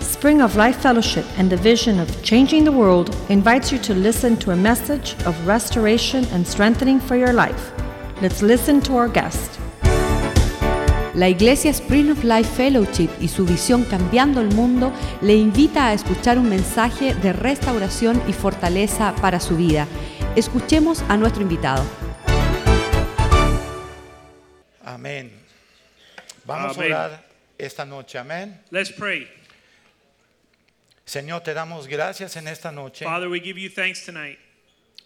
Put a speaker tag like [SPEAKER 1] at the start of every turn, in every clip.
[SPEAKER 1] Spring of Life Fellowship and the vision of changing the world invites you to listen to a message of restoration and strengthening for your life. Let's listen to our guest.
[SPEAKER 2] La Iglesia Spring of Life Fellowship y su visión Cambiando el Mundo le invita a escuchar un mensaje de restauración y fortaleza para su vida. Escuchemos a nuestro invitado.
[SPEAKER 3] Amén. Vamos
[SPEAKER 4] Amén.
[SPEAKER 3] a orar esta noche. Amén.
[SPEAKER 4] Let's pray.
[SPEAKER 3] Señor, te damos gracias en esta noche
[SPEAKER 4] Father, we give you thanks tonight,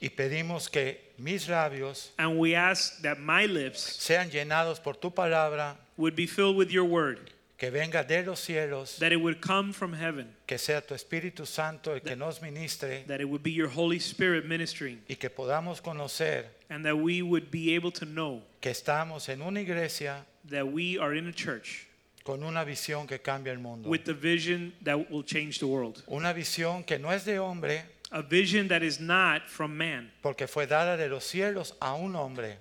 [SPEAKER 3] y pedimos que mis labios
[SPEAKER 4] and we ask that my lips
[SPEAKER 3] sean llenados por tu palabra,
[SPEAKER 4] would be filled with your word,
[SPEAKER 3] que venga de los cielos,
[SPEAKER 4] that it would come from heaven,
[SPEAKER 3] que sea tu Espíritu Santo el que nos ministre
[SPEAKER 4] that it would be your Holy Spirit ministering,
[SPEAKER 3] y que podamos conocer
[SPEAKER 4] and that we would be able to know
[SPEAKER 3] que estamos en una iglesia
[SPEAKER 4] that we are in a church
[SPEAKER 3] con una visión que cambia el mundo.
[SPEAKER 4] with the vision that will change the world.
[SPEAKER 3] Una visión que no es de hombre
[SPEAKER 4] A vision that is not from man,
[SPEAKER 3] porque fue dada de los cielos a un hombre.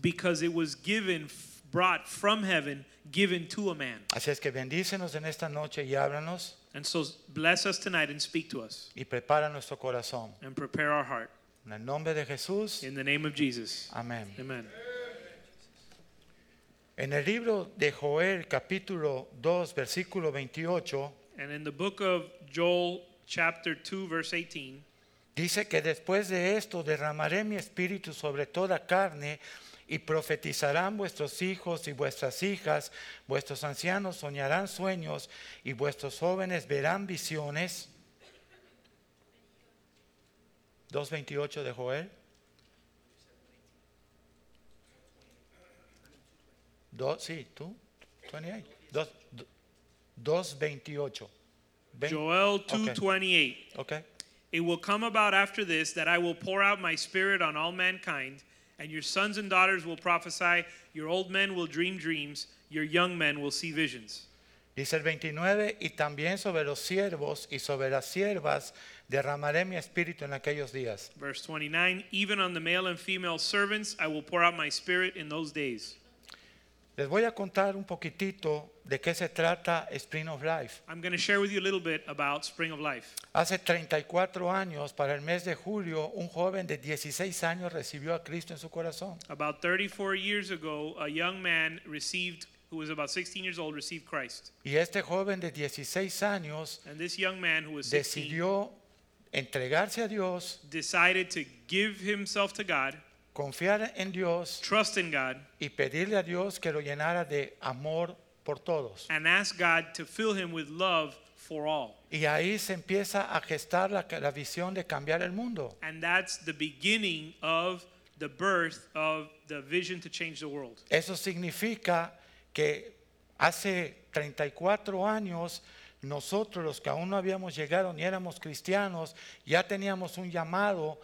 [SPEAKER 4] because it was given, f- brought from heaven, given to a man.
[SPEAKER 3] Así es que bendícenos en esta noche y háblanos
[SPEAKER 4] And so bless us tonight and speak to us
[SPEAKER 3] y prepara nuestro corazón.
[SPEAKER 4] and prepare our heart.
[SPEAKER 3] En el nombre de Jesús.
[SPEAKER 4] In the name of Jesus.
[SPEAKER 3] Amén.
[SPEAKER 4] Amen.
[SPEAKER 3] En el libro de Joel capítulo 2 versículo 28
[SPEAKER 4] And in the book of Joel, chapter 2, verse 18,
[SPEAKER 3] dice que después de esto derramaré mi espíritu sobre toda carne y profetizarán vuestros hijos y vuestras hijas, vuestros ancianos soñarán sueños y vuestros jóvenes verán visiones. 2.28 de Joel. 2, sí, tú, 28. 2.28.
[SPEAKER 4] Joel 2:28.
[SPEAKER 3] Okay.
[SPEAKER 4] It will come about after this that I will pour out my spirit on all mankind, and your sons and daughters will prophesy, your old men will dream dreams, your young men will see visions.
[SPEAKER 3] Dice el 29, y también sobre los siervos y sobre las siervas derramaré mi espíritu en aquellos días.
[SPEAKER 4] Verse 29, even on the male and female servants I will pour out my spirit in those days.
[SPEAKER 3] Les voy a contar un poquitito de qué se trata Spring of Life.
[SPEAKER 4] I'm going to share with you a little bit about Spring of Life.
[SPEAKER 3] Hace 34 años, para el mes de julio, un joven de 16 años recibió a Cristo en su corazón.
[SPEAKER 4] About 34 years ago, a young man received who was about 16 years old received Christ.
[SPEAKER 3] Y este joven de 16 años
[SPEAKER 4] And this young man who was 16
[SPEAKER 3] decidió entregarse a Dios,
[SPEAKER 4] decided to give himself to God,
[SPEAKER 3] confiar en Dios
[SPEAKER 4] trust in God,
[SPEAKER 3] y pedirle a Dios que lo llenara de amor por todos.
[SPEAKER 4] and ask God to fill him with love for all.
[SPEAKER 3] Y ahí se empieza a gestar la, la visión de cambiar el mundo.
[SPEAKER 4] And that's the beginning of the birth of the vision to change the world.
[SPEAKER 3] Eso significa que hace 34 años nosotros los que aún no habíamos llegado ni éramos cristianos, ya teníamos un llamado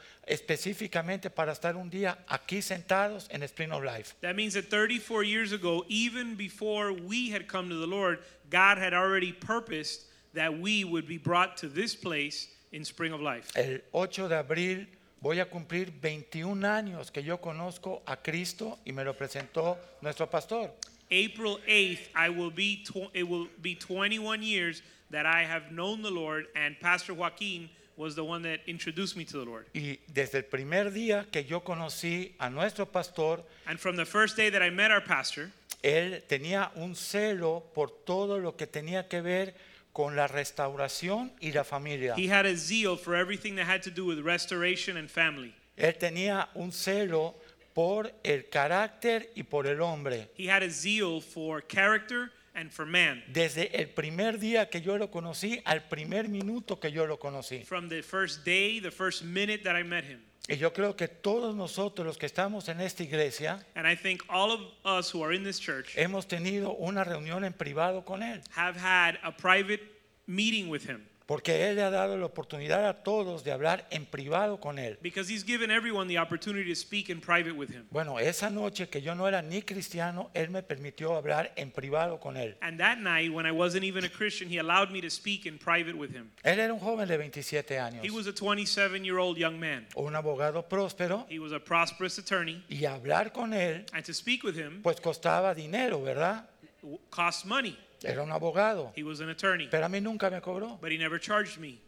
[SPEAKER 3] específicamente para estar un día aquí sentados en Spring of Life.
[SPEAKER 4] That means that 34 years ago, even before we had come to the Lord, God had already purposed that we would be brought to this place in spring of life.
[SPEAKER 3] El 8 de abril voy a cumplir 21 años que yo conozco a Cristo y me lo presentó nuestro pastor.
[SPEAKER 4] April 8th, I will be tw- it will be 21 years that I have known the Lord, and Pastor Joaquin was the one that introduced me to the Lord.
[SPEAKER 3] Y desde el primer día que yo conocí a nuestro pastor,
[SPEAKER 4] And from the first day that I met our pastor,
[SPEAKER 3] Él tenía un celo por todo lo que tenía que ver con la restauración y la familia.
[SPEAKER 4] he had a zeal for everything that had to do with restoration and family.
[SPEAKER 3] Él tenía un celo por el carácter y por el hombre.
[SPEAKER 4] He had a zeal for character and for man.
[SPEAKER 3] Desde el primer día que yo lo conocí al primer minuto que yo lo conocí.
[SPEAKER 4] From the first day, the first minute that I met him.
[SPEAKER 3] Y yo creo que todos nosotros los que estamos en esta iglesia
[SPEAKER 4] And I think all of us who are in this church
[SPEAKER 3] hemos tenido una reunión en privado con Él.
[SPEAKER 4] have had a private meeting with him
[SPEAKER 3] Porque Él le ha dado la oportunidad a todos de hablar en privado con Él.
[SPEAKER 4] because he's given everyone the opportunity to speak in private with him.
[SPEAKER 3] Bueno, esa noche que yo no era ni cristiano, él me permitió hablar en privado con él.
[SPEAKER 4] And that night, when I wasn't even a Christian, he allowed me to speak in private with him.
[SPEAKER 3] Él era un joven de 27 años,
[SPEAKER 4] He was a 27 year old young man.
[SPEAKER 3] un abogado próspero,
[SPEAKER 4] He was a prosperous attorney,
[SPEAKER 3] y hablar con él
[SPEAKER 4] and to speak with him
[SPEAKER 3] pues costaba dinero, ¿verdad?
[SPEAKER 4] w- cost money.
[SPEAKER 3] Era un abogado,
[SPEAKER 4] He was an attorney,
[SPEAKER 3] pero a mí nunca me cobró.
[SPEAKER 4] but he never charged me.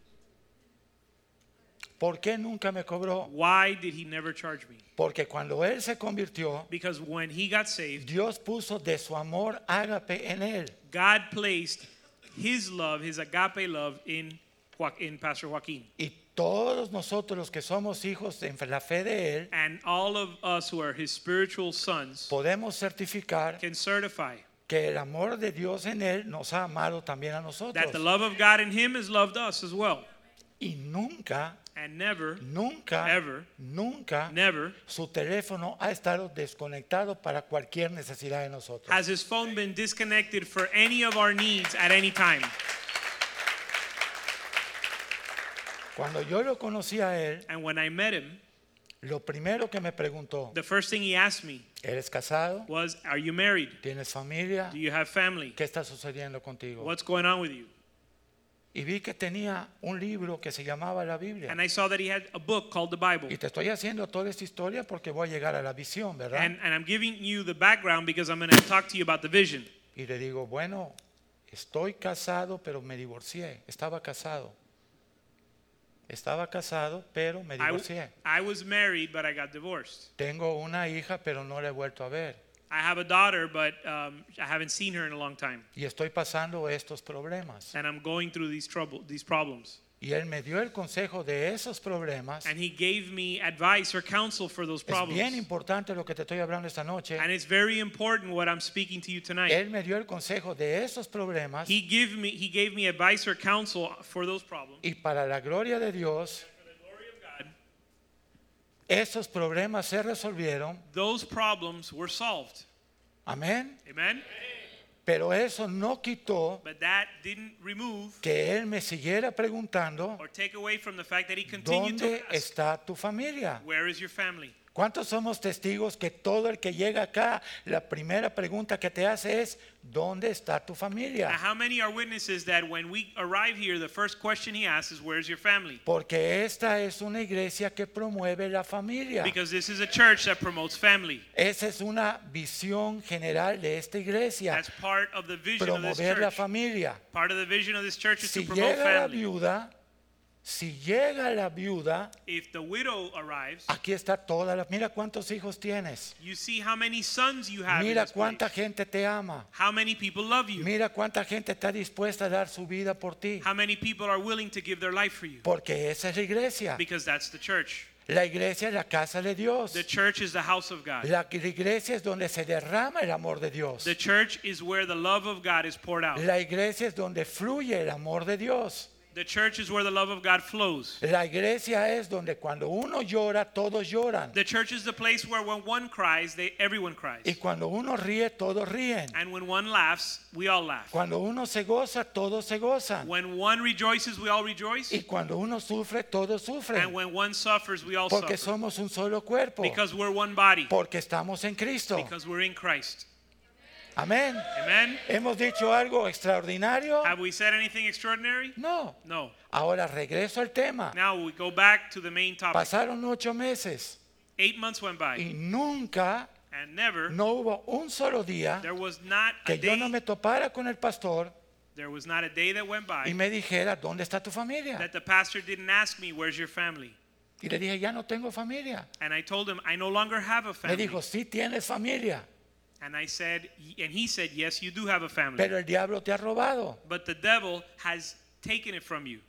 [SPEAKER 3] ¿Por qué nunca me cobró?
[SPEAKER 4] Why did he never charge me?
[SPEAKER 3] Porque cuando él se convirtió,
[SPEAKER 4] Because when he got saved,
[SPEAKER 3] Dios puso de su amor ágape en él.
[SPEAKER 4] God placed his love, his agape love, in, Joa- in Pastor Joaquin.
[SPEAKER 3] Y todos nosotros los que somos hijos en la fe de él,
[SPEAKER 4] And all of us who are his spiritual sons
[SPEAKER 3] podemos certificar
[SPEAKER 4] can certify
[SPEAKER 3] que el amor de Dios en él nos ha amado también a
[SPEAKER 4] that the
[SPEAKER 3] nosotros.
[SPEAKER 4] love of God in him has loved us as well.
[SPEAKER 3] Y nunca,
[SPEAKER 4] And never,
[SPEAKER 3] nunca,
[SPEAKER 4] Ever.
[SPEAKER 3] nunca
[SPEAKER 4] never
[SPEAKER 3] su teléfono ha estado desconectado para cualquier necesidad de nosotros.
[SPEAKER 4] has his phone been disconnected for any of our needs at any time.
[SPEAKER 3] Cuando yo lo conocí a él,
[SPEAKER 4] And when I met him,
[SPEAKER 3] lo primero que me preguntó,
[SPEAKER 4] the first thing he asked me
[SPEAKER 3] ¿eres casado?
[SPEAKER 4] was, Are you married?
[SPEAKER 3] ¿Tienes familia?
[SPEAKER 4] Do you have family?
[SPEAKER 3] ¿Qué está sucediendo contigo?
[SPEAKER 4] What's going on with you?
[SPEAKER 3] Y vi que tenía un libro que se llamaba la Biblia.
[SPEAKER 4] And I saw that he had a book called the Bible.
[SPEAKER 3] Y te estoy haciendo toda esta historia porque voy a llegar a la visión, ¿verdad?
[SPEAKER 4] And, and I'm giving you the background because I'm going to talk to you about the vision.
[SPEAKER 3] Y le digo, bueno, estoy casado, pero me divorcié. Estaba casado. Estaba casado, pero me
[SPEAKER 4] I,
[SPEAKER 3] divorcié.
[SPEAKER 4] I was married, but I got divorced.
[SPEAKER 3] Tengo una hija, pero no la he vuelto a ver.
[SPEAKER 4] I have a daughter, but um, I haven't seen her in a long time.
[SPEAKER 3] Y estoy pasando estos problemas.
[SPEAKER 4] And I'm going through these trouble, these problems.
[SPEAKER 3] Y él me dio el consejo de esos problemas.
[SPEAKER 4] And he gave me advice or counsel for those
[SPEAKER 3] Es
[SPEAKER 4] problems.
[SPEAKER 3] bien importante lo que te estoy hablando esta noche.
[SPEAKER 4] And it's very important what I'm speaking to you tonight.
[SPEAKER 3] Él me dio el consejo de esos problemas.
[SPEAKER 4] He give me he gave me advice or counsel for those problems.
[SPEAKER 3] Y para la gloria de Dios, esos problemas se resolvieron.
[SPEAKER 4] Those problems were solved.
[SPEAKER 3] Amén.
[SPEAKER 4] Amen.
[SPEAKER 3] Pero eso no quitó
[SPEAKER 4] But that didn't remove
[SPEAKER 3] que él me siguiera preguntando,
[SPEAKER 4] or take away from the fact that he continued
[SPEAKER 3] ¿dónde
[SPEAKER 4] to ask,
[SPEAKER 3] está tu familia?
[SPEAKER 4] "Where is your family?"
[SPEAKER 3] ¿Cuántos somos testigos que todo el que llega acá, la primera pregunta que te hace es, ¿dónde está tu
[SPEAKER 4] Now,
[SPEAKER 3] familia?
[SPEAKER 4] how many are witnesses that when we arrive here, the first question he asks is, "Where's your family?"
[SPEAKER 3] Porque esta es una iglesia que promueve la familia.
[SPEAKER 4] Because this is a church that promotes family.
[SPEAKER 3] Esa es una visión general de esta iglesia,
[SPEAKER 4] That's part of the vision of this
[SPEAKER 3] promover la
[SPEAKER 4] church.
[SPEAKER 3] familia.
[SPEAKER 4] Part of the vision of this church is
[SPEAKER 3] Si
[SPEAKER 4] to promote
[SPEAKER 3] llega la
[SPEAKER 4] family.
[SPEAKER 3] viuda, si llega la viuda,
[SPEAKER 4] If the widow arrives,
[SPEAKER 3] aquí está toda la... Mira cuántos hijos tienes,
[SPEAKER 4] you see how many sons you have. in
[SPEAKER 3] mira
[SPEAKER 4] this place.
[SPEAKER 3] cuánta gente te ama.
[SPEAKER 4] How many people love you?
[SPEAKER 3] Mira cuánta gente está dispuesta a dar su vida por ti.
[SPEAKER 4] How many people are willing to give their life for you?
[SPEAKER 3] Porque esa es la iglesia.
[SPEAKER 4] Because that's the church.
[SPEAKER 3] La iglesia es la casa de Dios.
[SPEAKER 4] The church is the house of God.
[SPEAKER 3] La iglesia es donde se derrama el amor de Dios.
[SPEAKER 4] The church is where the love of God is poured out.
[SPEAKER 3] La iglesia es donde fluye el amor de Dios.
[SPEAKER 4] The church is where the love of God flows.
[SPEAKER 3] La iglesia es donde cuando uno llora, todos lloran.
[SPEAKER 4] The church is the place where when one cries, they, everyone cries.
[SPEAKER 3] Y cuando uno ríe, todos ríen.
[SPEAKER 4] And when one laughs, we all laugh.
[SPEAKER 3] Cuando uno se goza, todos se gozan.
[SPEAKER 4] When one rejoices, we all rejoice.
[SPEAKER 3] Y cuando uno sufre, todos
[SPEAKER 4] And
[SPEAKER 3] sufren.
[SPEAKER 4] when one suffers, we all
[SPEAKER 3] Porque
[SPEAKER 4] suffer.
[SPEAKER 3] somos un solo cuerpo.
[SPEAKER 4] Because we're one body.
[SPEAKER 3] Porque estamos en Cristo.
[SPEAKER 4] Because we're in Christ.
[SPEAKER 3] Amén.
[SPEAKER 4] Amen?
[SPEAKER 3] ¿Hemos dicho algo extraordinario?
[SPEAKER 4] Have we said anything extraordinary?
[SPEAKER 3] No.
[SPEAKER 4] No.
[SPEAKER 3] Ahora regreso al tema.
[SPEAKER 4] Now we go back to the main topic.
[SPEAKER 3] Pasaron ocho meses
[SPEAKER 4] Eight months went by.
[SPEAKER 3] y nunca,
[SPEAKER 4] And never,
[SPEAKER 3] no hubo un solo día
[SPEAKER 4] there was not a
[SPEAKER 3] que yo
[SPEAKER 4] day,
[SPEAKER 3] no me topara con el pastor
[SPEAKER 4] there was not a day that went
[SPEAKER 3] y
[SPEAKER 4] by
[SPEAKER 3] me dijera, ¿dónde está tu familia?
[SPEAKER 4] that the pastor didn't ask me, "Where's your family?"
[SPEAKER 3] Y le dije, ya no tengo familia.
[SPEAKER 4] And I told him, "I no longer have a
[SPEAKER 3] Me
[SPEAKER 4] family."
[SPEAKER 3] dijo, sí tienes familia,
[SPEAKER 4] and I said, and he said, "Yes, you do have a family,
[SPEAKER 3] pero el diablo te ha robado.
[SPEAKER 4] but the devil has taken it from you."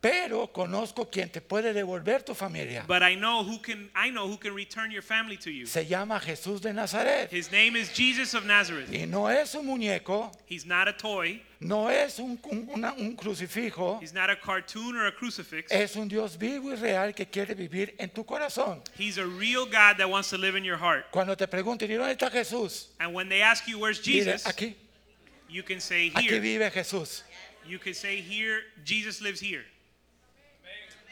[SPEAKER 3] Pero conozco quien te puede devolver tu familia.
[SPEAKER 4] But I know who can. I know who can return your family to you.
[SPEAKER 3] Se llama Jesús de Nazaret.
[SPEAKER 4] His name is Jesus of Nazareth.
[SPEAKER 3] Y no es un muñeco,
[SPEAKER 4] He's not a toy.
[SPEAKER 3] no es un, un- una- un crucifijo,
[SPEAKER 4] He's not a cartoon or a crucifix.
[SPEAKER 3] es un Dios vivo y real que quiere vivir en tu corazón.
[SPEAKER 4] He's a real God that wants to live in your heart.
[SPEAKER 3] Cuando te pregunten, ¿y dónde está Jesús?
[SPEAKER 4] And when they ask you, "Where's
[SPEAKER 3] Dile,
[SPEAKER 4] Jesus?"
[SPEAKER 3] aquí,
[SPEAKER 4] you can say,
[SPEAKER 3] aquí
[SPEAKER 4] "Here."
[SPEAKER 3] vive Jesús.
[SPEAKER 4] You can say, "Here, Jesus lives here."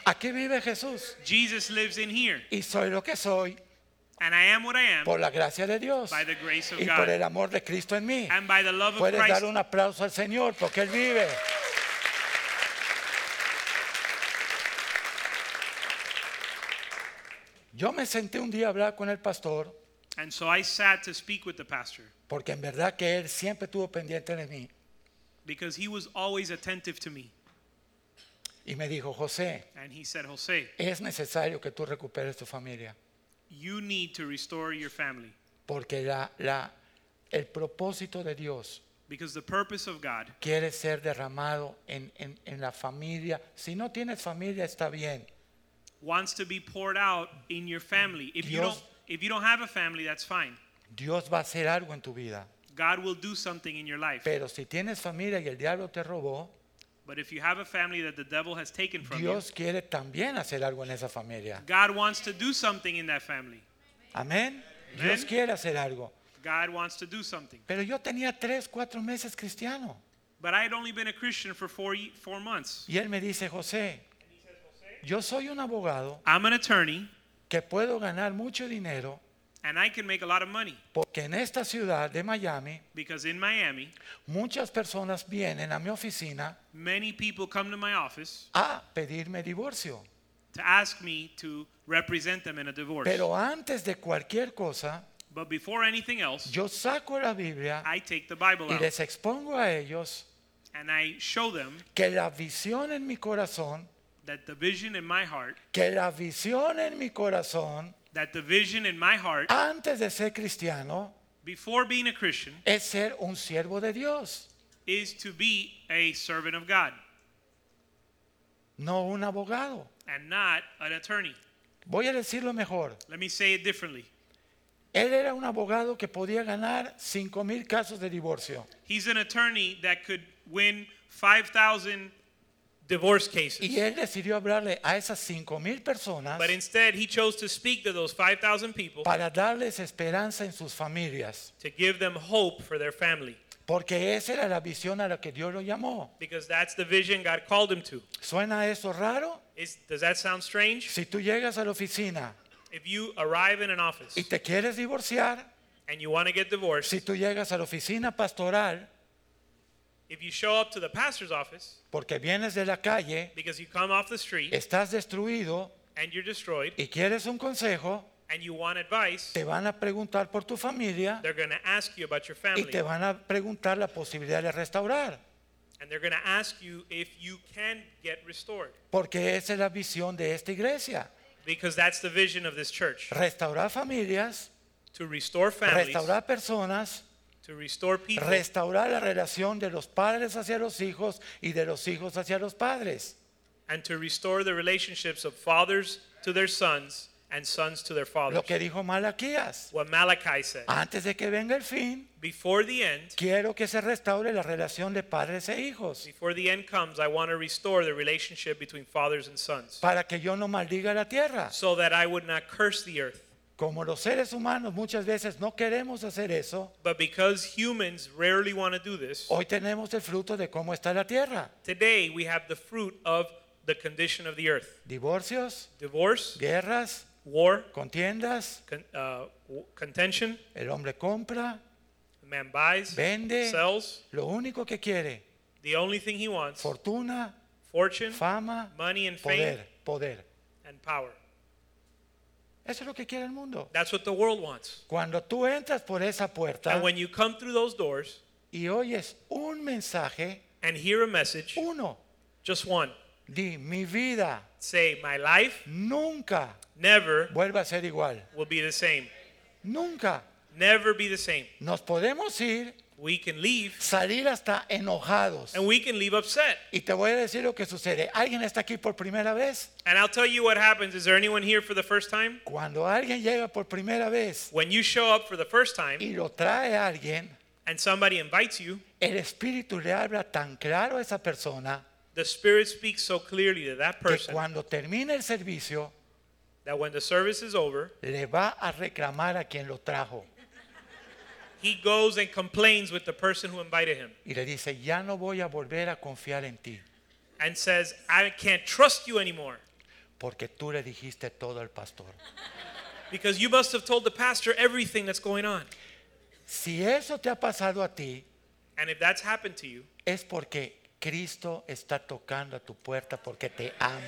[SPEAKER 3] Aquí vive Jesús.
[SPEAKER 4] Jesus lives in here,
[SPEAKER 3] Y soy lo que soy
[SPEAKER 4] and I am what I am
[SPEAKER 3] por la gracia de Dios
[SPEAKER 4] by the grace of
[SPEAKER 3] y por el
[SPEAKER 4] God
[SPEAKER 3] amor de Cristo en mí.
[SPEAKER 4] and by the love of
[SPEAKER 3] Puedes
[SPEAKER 4] Christ.
[SPEAKER 3] dar un aplauso al Señor porque Él vive. Yo me senté un día a hablar con el pastor
[SPEAKER 4] And so I sat to speak with the pastor
[SPEAKER 3] porque en verdad que él siempre estuvo pendiente de mí.
[SPEAKER 4] because he was always attentive to me.
[SPEAKER 3] y me dijo, José,
[SPEAKER 4] And he said, Jose,
[SPEAKER 3] es necesario que tú recuperes tu familia,
[SPEAKER 4] you need to restore your family
[SPEAKER 3] porque la, la, el propósito de Dios
[SPEAKER 4] because the purpose of God
[SPEAKER 3] quiere ser derramado en, en- en la familia. Si no tienes familia, está bien.
[SPEAKER 4] wants to be poured out in your family. If you
[SPEAKER 3] Dios-
[SPEAKER 4] don't if you don't have a family, that's fine.
[SPEAKER 3] Dios va a hacer algo en tu vida.
[SPEAKER 4] God will do something in your life.
[SPEAKER 3] Pero si tienes familia y el diablo te robó,
[SPEAKER 4] But if you have a family that the devil has taken from
[SPEAKER 3] Dios quiere también hacer algo en esa familia.
[SPEAKER 4] you, God wants to do something in that family.
[SPEAKER 3] Amén. Dios quiere hacer algo.
[SPEAKER 4] God wants to do something.
[SPEAKER 3] Pero yo tenía tres, cuatro meses cristiano.
[SPEAKER 4] But I had only been a Christian for four, ye- four months.
[SPEAKER 3] Y él me dice, José, yo soy un abogado
[SPEAKER 4] I'm an attorney
[SPEAKER 3] que puedo ganar mucho dinero
[SPEAKER 4] and I can make a lot of money
[SPEAKER 3] porque en esta ciudad de Miami
[SPEAKER 4] because in Miami,
[SPEAKER 3] muchas personas vienen a mi oficina
[SPEAKER 4] many people come to my office
[SPEAKER 3] a pedirme divorcio.
[SPEAKER 4] to ask me to represent them in a divorce.
[SPEAKER 3] Pero antes de cualquier cosa,
[SPEAKER 4] but before anything else,
[SPEAKER 3] yo saco la Biblia
[SPEAKER 4] I take the Bible
[SPEAKER 3] y
[SPEAKER 4] out
[SPEAKER 3] les expongo a ellos
[SPEAKER 4] and I show them
[SPEAKER 3] que la visión en mi corazón,
[SPEAKER 4] that the vision in my heart,
[SPEAKER 3] que la visión en mi corazón,
[SPEAKER 4] that the vision in my heart
[SPEAKER 3] antes de ser cristiano,
[SPEAKER 4] before being a Christian
[SPEAKER 3] es ser un siervo de Dios,
[SPEAKER 4] is to be a servant of God
[SPEAKER 3] no un abogado.
[SPEAKER 4] and not an attorney.
[SPEAKER 3] Voy a decirlo mejor.
[SPEAKER 4] Let me say it differently.
[SPEAKER 3] Él era un abogado que podía ganar 5 mil casos de divorcio
[SPEAKER 4] He's an attorney that could win 5,000 divorce cases.
[SPEAKER 3] y él decidió hablarle a esas 5 mil personas
[SPEAKER 4] But instead, he chose to speak to those 5,000 people
[SPEAKER 3] para darles esperanza en sus familias,
[SPEAKER 4] to give them hope for their family
[SPEAKER 3] porque esa era la visión a la que Dios lo llamó.
[SPEAKER 4] because that's the vision God called him to.
[SPEAKER 3] ¿Suena eso raro?
[SPEAKER 4] Is, does that sound strange?
[SPEAKER 3] Si tú llegas a la oficina
[SPEAKER 4] If you arrive in an office
[SPEAKER 3] y te quieres divorciar,
[SPEAKER 4] and you want to get divorced,
[SPEAKER 3] si tú llegas a la oficina pastoral
[SPEAKER 4] if you show up to the pastor's office
[SPEAKER 3] porque vienes de la calle,
[SPEAKER 4] because you come off the street
[SPEAKER 3] estás destruido
[SPEAKER 4] and you're destroyed
[SPEAKER 3] y quieres un consejo,
[SPEAKER 4] and you want advice,
[SPEAKER 3] te van a preguntar por tu familia
[SPEAKER 4] they're going to ask you about your
[SPEAKER 3] y
[SPEAKER 4] family
[SPEAKER 3] te van a preguntar la posibilidad de restaurar.
[SPEAKER 4] and they're going to ask you if you can get restored
[SPEAKER 3] Porque esa es la visión de esta iglesia.
[SPEAKER 4] because that's the vision of this church
[SPEAKER 3] Restaurar familias,
[SPEAKER 4] to restore families,
[SPEAKER 3] restaurar personas,
[SPEAKER 4] to restore people,
[SPEAKER 3] restaurar la relación de los padres hacia los hijos y de los hijos hacia los padres.
[SPEAKER 4] and to restore the relationships of fathers to their sons and sons to their fathers.
[SPEAKER 3] Lo que dijo Malaquías.
[SPEAKER 4] What Malachi said
[SPEAKER 3] Antes de que venga el fin,
[SPEAKER 4] before the end,
[SPEAKER 3] quiero que se restaure la relación de padres e hijos
[SPEAKER 4] before the end comes, I want to restore the relationship between fathers and sons
[SPEAKER 3] para que yo no maldiga la tierra.
[SPEAKER 4] so that I would not curse the earth.
[SPEAKER 3] Como los seres humanos muchas veces no queremos hacer eso,
[SPEAKER 4] But because humans rarely want to do this,
[SPEAKER 3] hoy tenemos el fruto de cómo está la tierra.
[SPEAKER 4] Today we have the fruit of the condition of the earth:
[SPEAKER 3] Divorcios,
[SPEAKER 4] divorce,
[SPEAKER 3] guerras,
[SPEAKER 4] war,
[SPEAKER 3] contiendas,
[SPEAKER 4] con, uh, w- contention.
[SPEAKER 3] el hombre compra,
[SPEAKER 4] The man buys,
[SPEAKER 3] Vende.
[SPEAKER 4] sells.
[SPEAKER 3] Lo único que quiere,
[SPEAKER 4] The only thing he wants:
[SPEAKER 3] fortuna,
[SPEAKER 4] fortune,
[SPEAKER 3] fama,
[SPEAKER 4] money, and fame,
[SPEAKER 3] poder, poder.
[SPEAKER 4] and power.
[SPEAKER 3] Eso es lo que quiere el mundo.
[SPEAKER 4] That's what the world wants.
[SPEAKER 3] Cuando tú entras por esa puerta
[SPEAKER 4] And when you come through those doors
[SPEAKER 3] y oyes un mensaje,
[SPEAKER 4] and hear a message,
[SPEAKER 3] uno,
[SPEAKER 4] just one,
[SPEAKER 3] di, mi vida
[SPEAKER 4] say, "My life
[SPEAKER 3] nunca
[SPEAKER 4] never
[SPEAKER 3] vuelve a ser igual.
[SPEAKER 4] will be the same.
[SPEAKER 3] Nunca.
[SPEAKER 4] Never be the same.
[SPEAKER 3] Nos podemos ir,
[SPEAKER 4] We can leave,
[SPEAKER 3] salir hasta enojados.
[SPEAKER 4] and we can leave upset."
[SPEAKER 3] Y te voy a decir lo que sucede. ¿Alguien está aquí por primera vez?
[SPEAKER 4] And I'll tell you what happens. Is there anyone here for the first time?
[SPEAKER 3] Cuando alguien llega por primera vez
[SPEAKER 4] When you show up for the first time
[SPEAKER 3] y lo trae a alguien,
[SPEAKER 4] and somebody invites you,
[SPEAKER 3] el Espíritu le habla tan claro a esa persona
[SPEAKER 4] the Spirit speaks so clearly to that
[SPEAKER 3] que
[SPEAKER 4] person
[SPEAKER 3] cuando termine el servicio
[SPEAKER 4] that when the service is over,
[SPEAKER 3] le va a reclamar a quien lo trajo
[SPEAKER 4] he goes and complains with the person who invited him
[SPEAKER 3] y le dice, ya no voy a volver a confiar en ti
[SPEAKER 4] and says, I can't trust you anymore
[SPEAKER 3] porque tú le dijiste todo al pastor.
[SPEAKER 4] because you must have told the pastor everything that's going on.
[SPEAKER 3] Si eso te ha pasado a ti,
[SPEAKER 4] And if that's happened to you,
[SPEAKER 3] es porque Cristo está tocando a tu puerta porque te ama.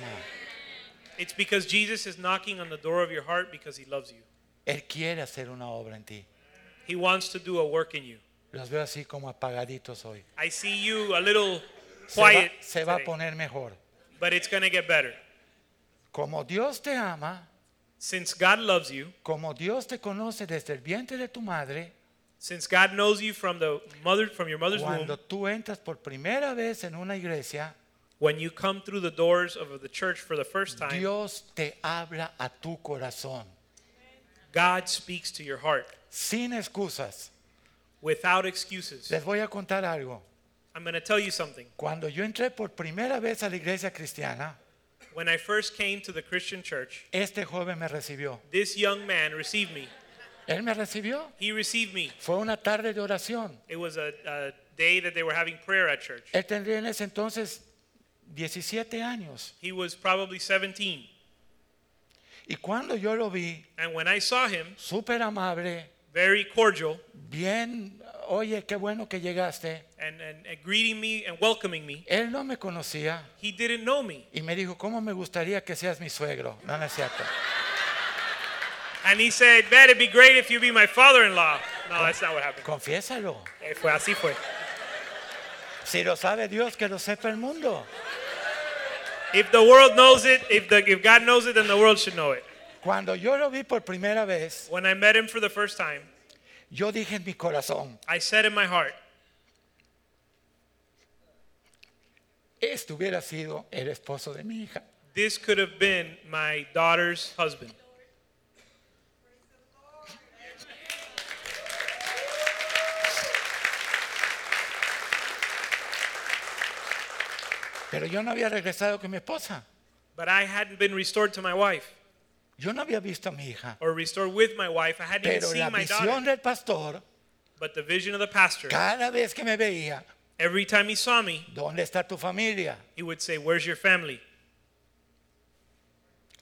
[SPEAKER 4] it's because Jesus is knocking on the door of your heart because he loves you.
[SPEAKER 3] Él quiere hacer una obra en ti.
[SPEAKER 4] He wants to do a work in you.
[SPEAKER 3] Los veo así como apagaditos hoy.
[SPEAKER 4] I see you a little
[SPEAKER 3] Se va-
[SPEAKER 4] quiet,
[SPEAKER 3] se va a
[SPEAKER 4] today,
[SPEAKER 3] poner mejor.
[SPEAKER 4] but it's going to get better.
[SPEAKER 3] Como Dios te ama,
[SPEAKER 4] Since God loves you,
[SPEAKER 3] como Dios te conoce desde el vientre de tu madre,
[SPEAKER 4] since God knows you from the mother from your mother's womb,
[SPEAKER 3] cuando tú entras por primera vez en una iglesia,
[SPEAKER 4] when you come through the doors of the church for the first time,
[SPEAKER 3] Dios te habla a tu corazón,
[SPEAKER 4] God speaks to your heart
[SPEAKER 3] sin excusas.
[SPEAKER 4] without excuses.
[SPEAKER 3] Les voy a contar algo.
[SPEAKER 4] I'm going to tell you something.
[SPEAKER 3] Cuando yo entré por primera vez a la iglesia cristiana,
[SPEAKER 4] When I first came to the Christian church,
[SPEAKER 3] este joven me recibió.
[SPEAKER 4] this young man received me.
[SPEAKER 3] Él me recibió.
[SPEAKER 4] He received me.
[SPEAKER 3] Fue una tarde de oración.
[SPEAKER 4] It was a, a day that they were having prayer at church.
[SPEAKER 3] Él tendría en ese entonces 17 años.
[SPEAKER 4] He was probably 17.
[SPEAKER 3] Y cuando yo lo vi,
[SPEAKER 4] And when I saw him,
[SPEAKER 3] súper amable,
[SPEAKER 4] very cordial
[SPEAKER 3] bien, oye, qué bueno que llegaste.
[SPEAKER 4] and, and, and greeting me and welcoming me,
[SPEAKER 3] Él no me conocía
[SPEAKER 4] he didn't know me.
[SPEAKER 3] y me dijo, ¿cómo me gustaría que seas mi suegro? No, no es cierto.
[SPEAKER 4] And he said, Man, it'd be great if you'd be my father in law. No, that's not what happened.
[SPEAKER 3] Confiésalo.
[SPEAKER 4] Eh, Fue así fue.
[SPEAKER 3] Si lo sabe Dios, que lo sepa el mundo.
[SPEAKER 4] If the world knows it, if, the, if God knows it, then the world should know it.
[SPEAKER 3] Cuando yo lo vi por primera vez,
[SPEAKER 4] When I met him for the first time,
[SPEAKER 3] yo dije en mi corazón,
[SPEAKER 4] I said in my heart,
[SPEAKER 3] este hubiera sido el esposo de mi hija.
[SPEAKER 4] This could have been my daughter's husband.
[SPEAKER 3] Pero yo no había regresado con mi esposa.
[SPEAKER 4] But I hadn't been restored to my wife
[SPEAKER 3] Yo no había visto a mi hija.
[SPEAKER 4] or restored with my wife. I hadn't even
[SPEAKER 3] Pero la
[SPEAKER 4] seen my
[SPEAKER 3] visión
[SPEAKER 4] daughter.
[SPEAKER 3] del pastor,
[SPEAKER 4] But the vision of the pastor,
[SPEAKER 3] cada vez que me veía,
[SPEAKER 4] every time he saw me,
[SPEAKER 3] ¿dónde está tu familia?
[SPEAKER 4] he would say, Where's your family?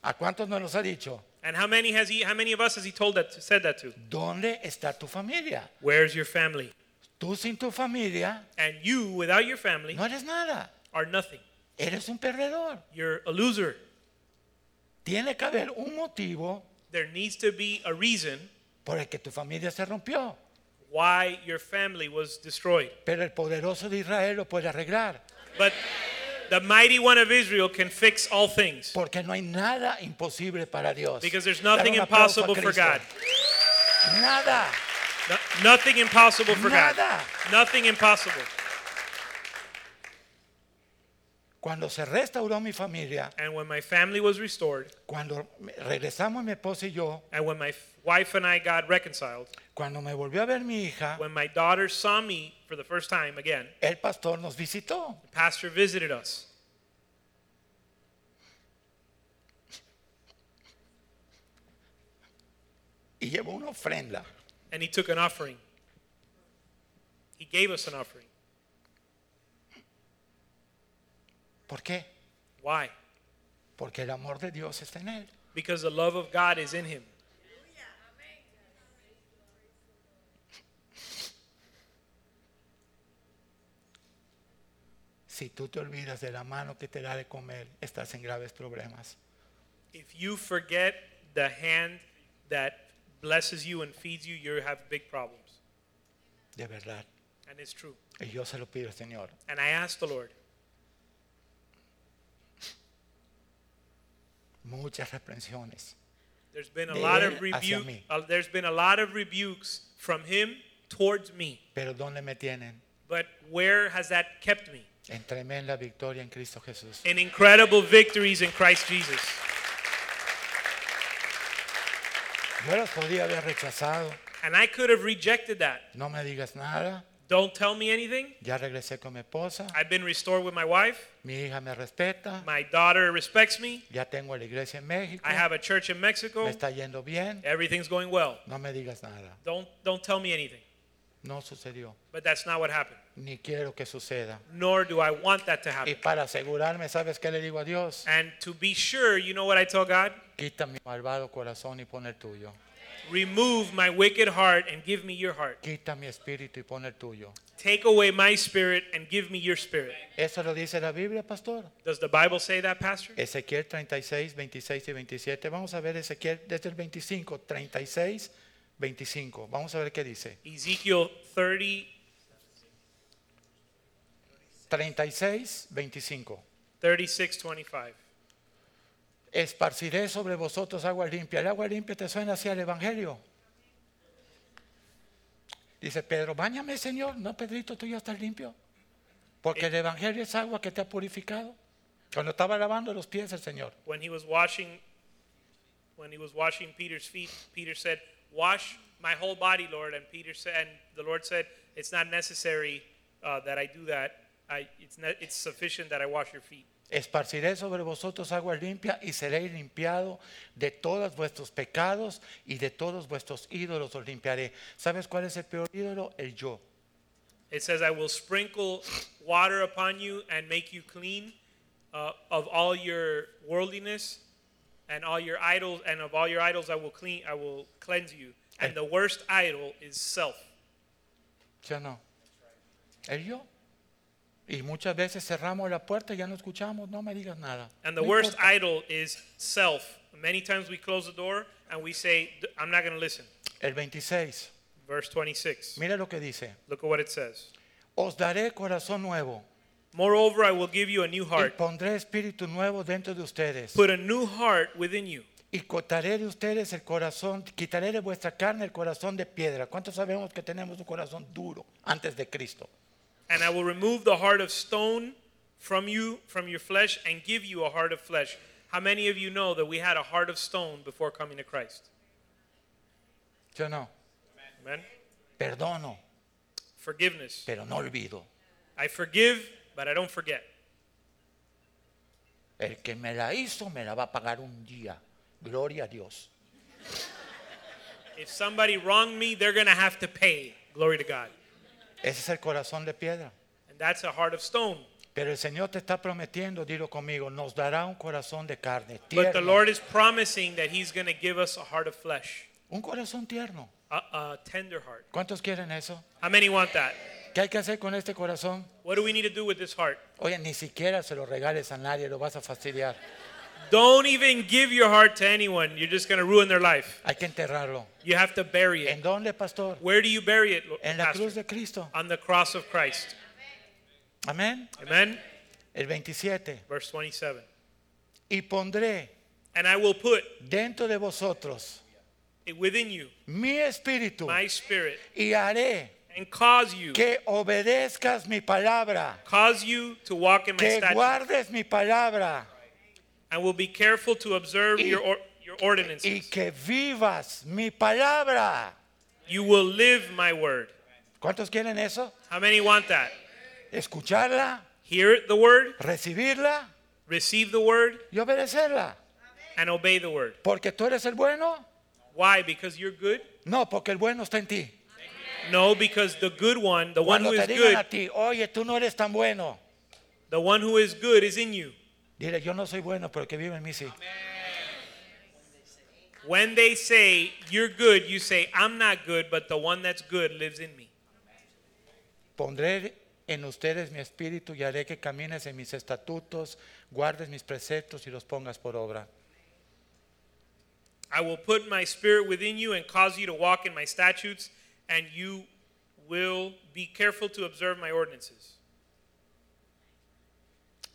[SPEAKER 3] ¿A cuántos nos los ha dicho?
[SPEAKER 4] And how many has he how many of us has he told that said that to?
[SPEAKER 3] ¿Dónde está tu familia?
[SPEAKER 4] Where's your family?
[SPEAKER 3] Tú sin tu familia
[SPEAKER 4] And you without your family
[SPEAKER 3] no eres nada.
[SPEAKER 4] are nothing.
[SPEAKER 3] Eres un perdedor.
[SPEAKER 4] You're a loser.
[SPEAKER 3] Tiene que haber un motivo
[SPEAKER 4] There needs to be a reason
[SPEAKER 3] por el que tu familia se rompió.
[SPEAKER 4] why your family was destroyed.
[SPEAKER 3] Pero el poderoso de Israel lo puede arreglar.
[SPEAKER 4] But the mighty one of Israel can fix all things.
[SPEAKER 3] Porque no hay nada imposible para Dios.
[SPEAKER 4] Because there's
[SPEAKER 3] Dale
[SPEAKER 4] nothing
[SPEAKER 3] un aplauso a
[SPEAKER 4] impossible for
[SPEAKER 3] Cristo.
[SPEAKER 4] God.
[SPEAKER 3] Nada.
[SPEAKER 4] No- nothing impossible for God.
[SPEAKER 3] Nada.
[SPEAKER 4] Nothing impossible.
[SPEAKER 3] Cuando se restauró mi familia,
[SPEAKER 4] And when my family was restored,
[SPEAKER 3] cuando me- regresamos mi esposa y yo,
[SPEAKER 4] and when my f- wife and I got reconciled,
[SPEAKER 3] cuando me volvió a ver mi hija,
[SPEAKER 4] when my daughter saw me for the first time again,
[SPEAKER 3] el pastor nos visitó.
[SPEAKER 4] the pastor visited us.
[SPEAKER 3] y llevó una ofrenda.
[SPEAKER 4] and he took an offering. He gave us an offering.
[SPEAKER 3] ¿Por qué?
[SPEAKER 4] Why?
[SPEAKER 3] Porque el amor de Dios está en él.
[SPEAKER 4] Because the love of God is in him.
[SPEAKER 3] Si tú te olvidas de la mano que te da de comer, estás en graves problemas.
[SPEAKER 4] If you forget the hand that blesses you and feeds you, you have big problems.
[SPEAKER 3] De verdad.
[SPEAKER 4] And it's true.
[SPEAKER 3] Y yo se lo pido al Señor.
[SPEAKER 4] And I asked the Lord
[SPEAKER 3] Muchas reprensiones.
[SPEAKER 4] There's been a
[SPEAKER 3] De
[SPEAKER 4] lot
[SPEAKER 3] él
[SPEAKER 4] of
[SPEAKER 3] hacia
[SPEAKER 4] rebuke.
[SPEAKER 3] mí.
[SPEAKER 4] uh, there's been a lot of rebukes from him towards me.
[SPEAKER 3] Pero ¿dónde me tienen?
[SPEAKER 4] But where has that kept me?
[SPEAKER 3] En tremenda victoria en Cristo Jesús.
[SPEAKER 4] In incredible victories in Christ Jesus.
[SPEAKER 3] Yo los podía haber rechazado.
[SPEAKER 4] And I could have rejected that.
[SPEAKER 3] No me digas nada.
[SPEAKER 4] Don't tell me anything.
[SPEAKER 3] Ya regresé con mi esposa.
[SPEAKER 4] I've been restored with my wife.
[SPEAKER 3] Mi hija me respeta.
[SPEAKER 4] My daughter respects me.
[SPEAKER 3] Ya tengo la iglesia en México.
[SPEAKER 4] I have a church in Mexico.
[SPEAKER 3] Me está yendo bien.
[SPEAKER 4] Everything's going well.
[SPEAKER 3] No me digas nada.
[SPEAKER 4] Don't don't tell me anything.
[SPEAKER 3] No sucedió.
[SPEAKER 4] But that's not what happened.
[SPEAKER 3] Ni quiero que suceda.
[SPEAKER 4] Nor do I want that to
[SPEAKER 3] Y
[SPEAKER 4] happen.
[SPEAKER 3] para asegurarme, ¿sabes qué le digo a Dios?
[SPEAKER 4] And to be sure, you know what I tell God?
[SPEAKER 3] Quita mi malvado corazón y pon el tuyo.
[SPEAKER 4] Remove my wicked heart and give me your heart.
[SPEAKER 3] Quita mi espíritu y pon el tuyo.
[SPEAKER 4] Take away my spirit and give me your spirit.
[SPEAKER 3] Eso lo dice la Biblia, pastor.
[SPEAKER 4] Does the Bible say that, Pastor?
[SPEAKER 3] Ezequiel 36, 26 y 27. Vamos a ver Ezequiel desde el 25, 36, 25. Vamos a ver qué dice.
[SPEAKER 4] Ezekiel 30,
[SPEAKER 3] 36, 25.
[SPEAKER 4] 36 25.
[SPEAKER 3] Esparciré sobre vosotros agua limpia. El agua limpia te suena hacia el Evangelio. Dice Pedro, báñame, Señor. No, Pedrito, tú ya estás limpio. Porque el Evangelio es agua que te ha purificado. Cuando estaba lavando los pies el Señor.
[SPEAKER 4] When he was washing when he was washing Peter's feet, Peter said, "Wash my whole body, Lord." And Peter said, and the Lord said, "It's not necessary uh, that I do that. I, it's, not, it's sufficient that I wash your feet."
[SPEAKER 3] Esparciré sobre vosotros agua limpia y seréis limpiado de todos vuestros pecados y de todos vuestros ídolos os limpiaré. ¿Sabes cuál es el peor ídolo? El yo.
[SPEAKER 4] It says, "I will sprinkle water upon you and make you clean uh, of all your worldliness and all your idols, and of all your idols I will clean, I will cleanse you." And the worst idol is self.
[SPEAKER 3] ¿Sí o no? El yo. Y muchas veces cerramos la puerta y ya no escuchamos, no me digas nada.
[SPEAKER 4] And the
[SPEAKER 3] No
[SPEAKER 4] worst
[SPEAKER 3] importa.
[SPEAKER 4] idol is self. Many times we close the door and we say, "D- "I'm not going to listen."
[SPEAKER 3] El 26.
[SPEAKER 4] Verse 26.
[SPEAKER 3] Mira lo que dice.
[SPEAKER 4] Look at what it says.
[SPEAKER 3] Os daré corazón nuevo
[SPEAKER 4] Moreover, I will give you a new
[SPEAKER 3] y
[SPEAKER 4] heart.
[SPEAKER 3] pondré espíritu nuevo dentro de ustedes.
[SPEAKER 4] Put a new heart within you.
[SPEAKER 3] Y cortaré de ustedes el corazón, quitaré de vuestra carne el corazón de piedra. ¿Cuántos sabemos que tenemos un corazón duro antes de Cristo?
[SPEAKER 4] And I will remove the heart of stone from you, from your flesh, and give you a heart of flesh. How many of you know that we had a heart of stone before coming to Christ?
[SPEAKER 3] Yo no,
[SPEAKER 4] Amen.
[SPEAKER 3] perdono,
[SPEAKER 4] Forgiveness.
[SPEAKER 3] pero no olvido.
[SPEAKER 4] I forgive, but I don't forget.
[SPEAKER 3] El que me la hizo me la va a pagar un día. Gloria a Dios.
[SPEAKER 4] If somebody wronged me, they're going to have to pay. Glory to God.
[SPEAKER 3] Ese es el corazón de piedra.
[SPEAKER 4] And that's a heart of stone.
[SPEAKER 3] Pero el Señor te está prometiendo, dilo conmigo, nos dará un corazón de carne,
[SPEAKER 4] But the
[SPEAKER 3] tierno,
[SPEAKER 4] Lord is promising that He's going to give us a heart of flesh,
[SPEAKER 3] un corazón tierno.
[SPEAKER 4] a, a tender heart.
[SPEAKER 3] ¿Cuántos quieren eso?
[SPEAKER 4] How many want that?
[SPEAKER 3] ¿Qué hay que hacer con este corazón?
[SPEAKER 4] What do we need to do with this heart?
[SPEAKER 3] Oye, ni siquiera se lo regales a nadie, lo vas a fastidiar.
[SPEAKER 4] Don't even give your heart to anyone. You're just going to ruin their life.
[SPEAKER 3] Hay que enterrarlo.
[SPEAKER 4] You have to bury
[SPEAKER 3] ¿En
[SPEAKER 4] it.
[SPEAKER 3] dónde, pastor?
[SPEAKER 4] Where do you bury it, Lo-
[SPEAKER 3] En la cruz
[SPEAKER 4] Pastor?
[SPEAKER 3] de Cristo.
[SPEAKER 4] On the cross of Christ.
[SPEAKER 3] Amén.
[SPEAKER 4] Amen.
[SPEAKER 3] El 27.
[SPEAKER 4] Verse 27.
[SPEAKER 3] Y pondré
[SPEAKER 4] And I will put
[SPEAKER 3] dentro de vosotros
[SPEAKER 4] it within you
[SPEAKER 3] mi espíritu
[SPEAKER 4] my spirit
[SPEAKER 3] y haré
[SPEAKER 4] and cause you
[SPEAKER 3] que obedezcas mi palabra,
[SPEAKER 4] cause you to walk in my
[SPEAKER 3] que
[SPEAKER 4] statutes
[SPEAKER 3] guardes mi palabra
[SPEAKER 4] and will be careful to observe
[SPEAKER 3] Y-
[SPEAKER 4] your or, your
[SPEAKER 3] y
[SPEAKER 4] ordinances.
[SPEAKER 3] que vivas mi palabra.
[SPEAKER 4] You will live my word.
[SPEAKER 3] ¿Cuántos quieren eso?
[SPEAKER 4] How many want that?
[SPEAKER 3] Escucharla,
[SPEAKER 4] Hear the word,
[SPEAKER 3] recibirla
[SPEAKER 4] receive the word,
[SPEAKER 3] y obedecerla.
[SPEAKER 4] and obey the word.
[SPEAKER 3] Porque tú eres el bueno.
[SPEAKER 4] Why? Because you're good?
[SPEAKER 3] No, porque el bueno está en ti.
[SPEAKER 4] No, because the good one, the one
[SPEAKER 3] Cuando
[SPEAKER 4] who
[SPEAKER 3] te
[SPEAKER 4] is
[SPEAKER 3] digan
[SPEAKER 4] good,
[SPEAKER 3] a ti, oye, tú no eres tan bueno.
[SPEAKER 4] the one who is good is in you.
[SPEAKER 3] Dile, yo no soy bueno, pero el que vive en mí sí.
[SPEAKER 4] When they say you're good, you say I'm not good, but the one that's good lives in me.
[SPEAKER 3] Pondré en ustedes mi espíritu y haré que camines en mis estatutos, guardes mis preceptos y los pongas por obra.
[SPEAKER 4] I will put my spirit within you and cause you to walk in my statutes, and you will be careful to observe my ordinances.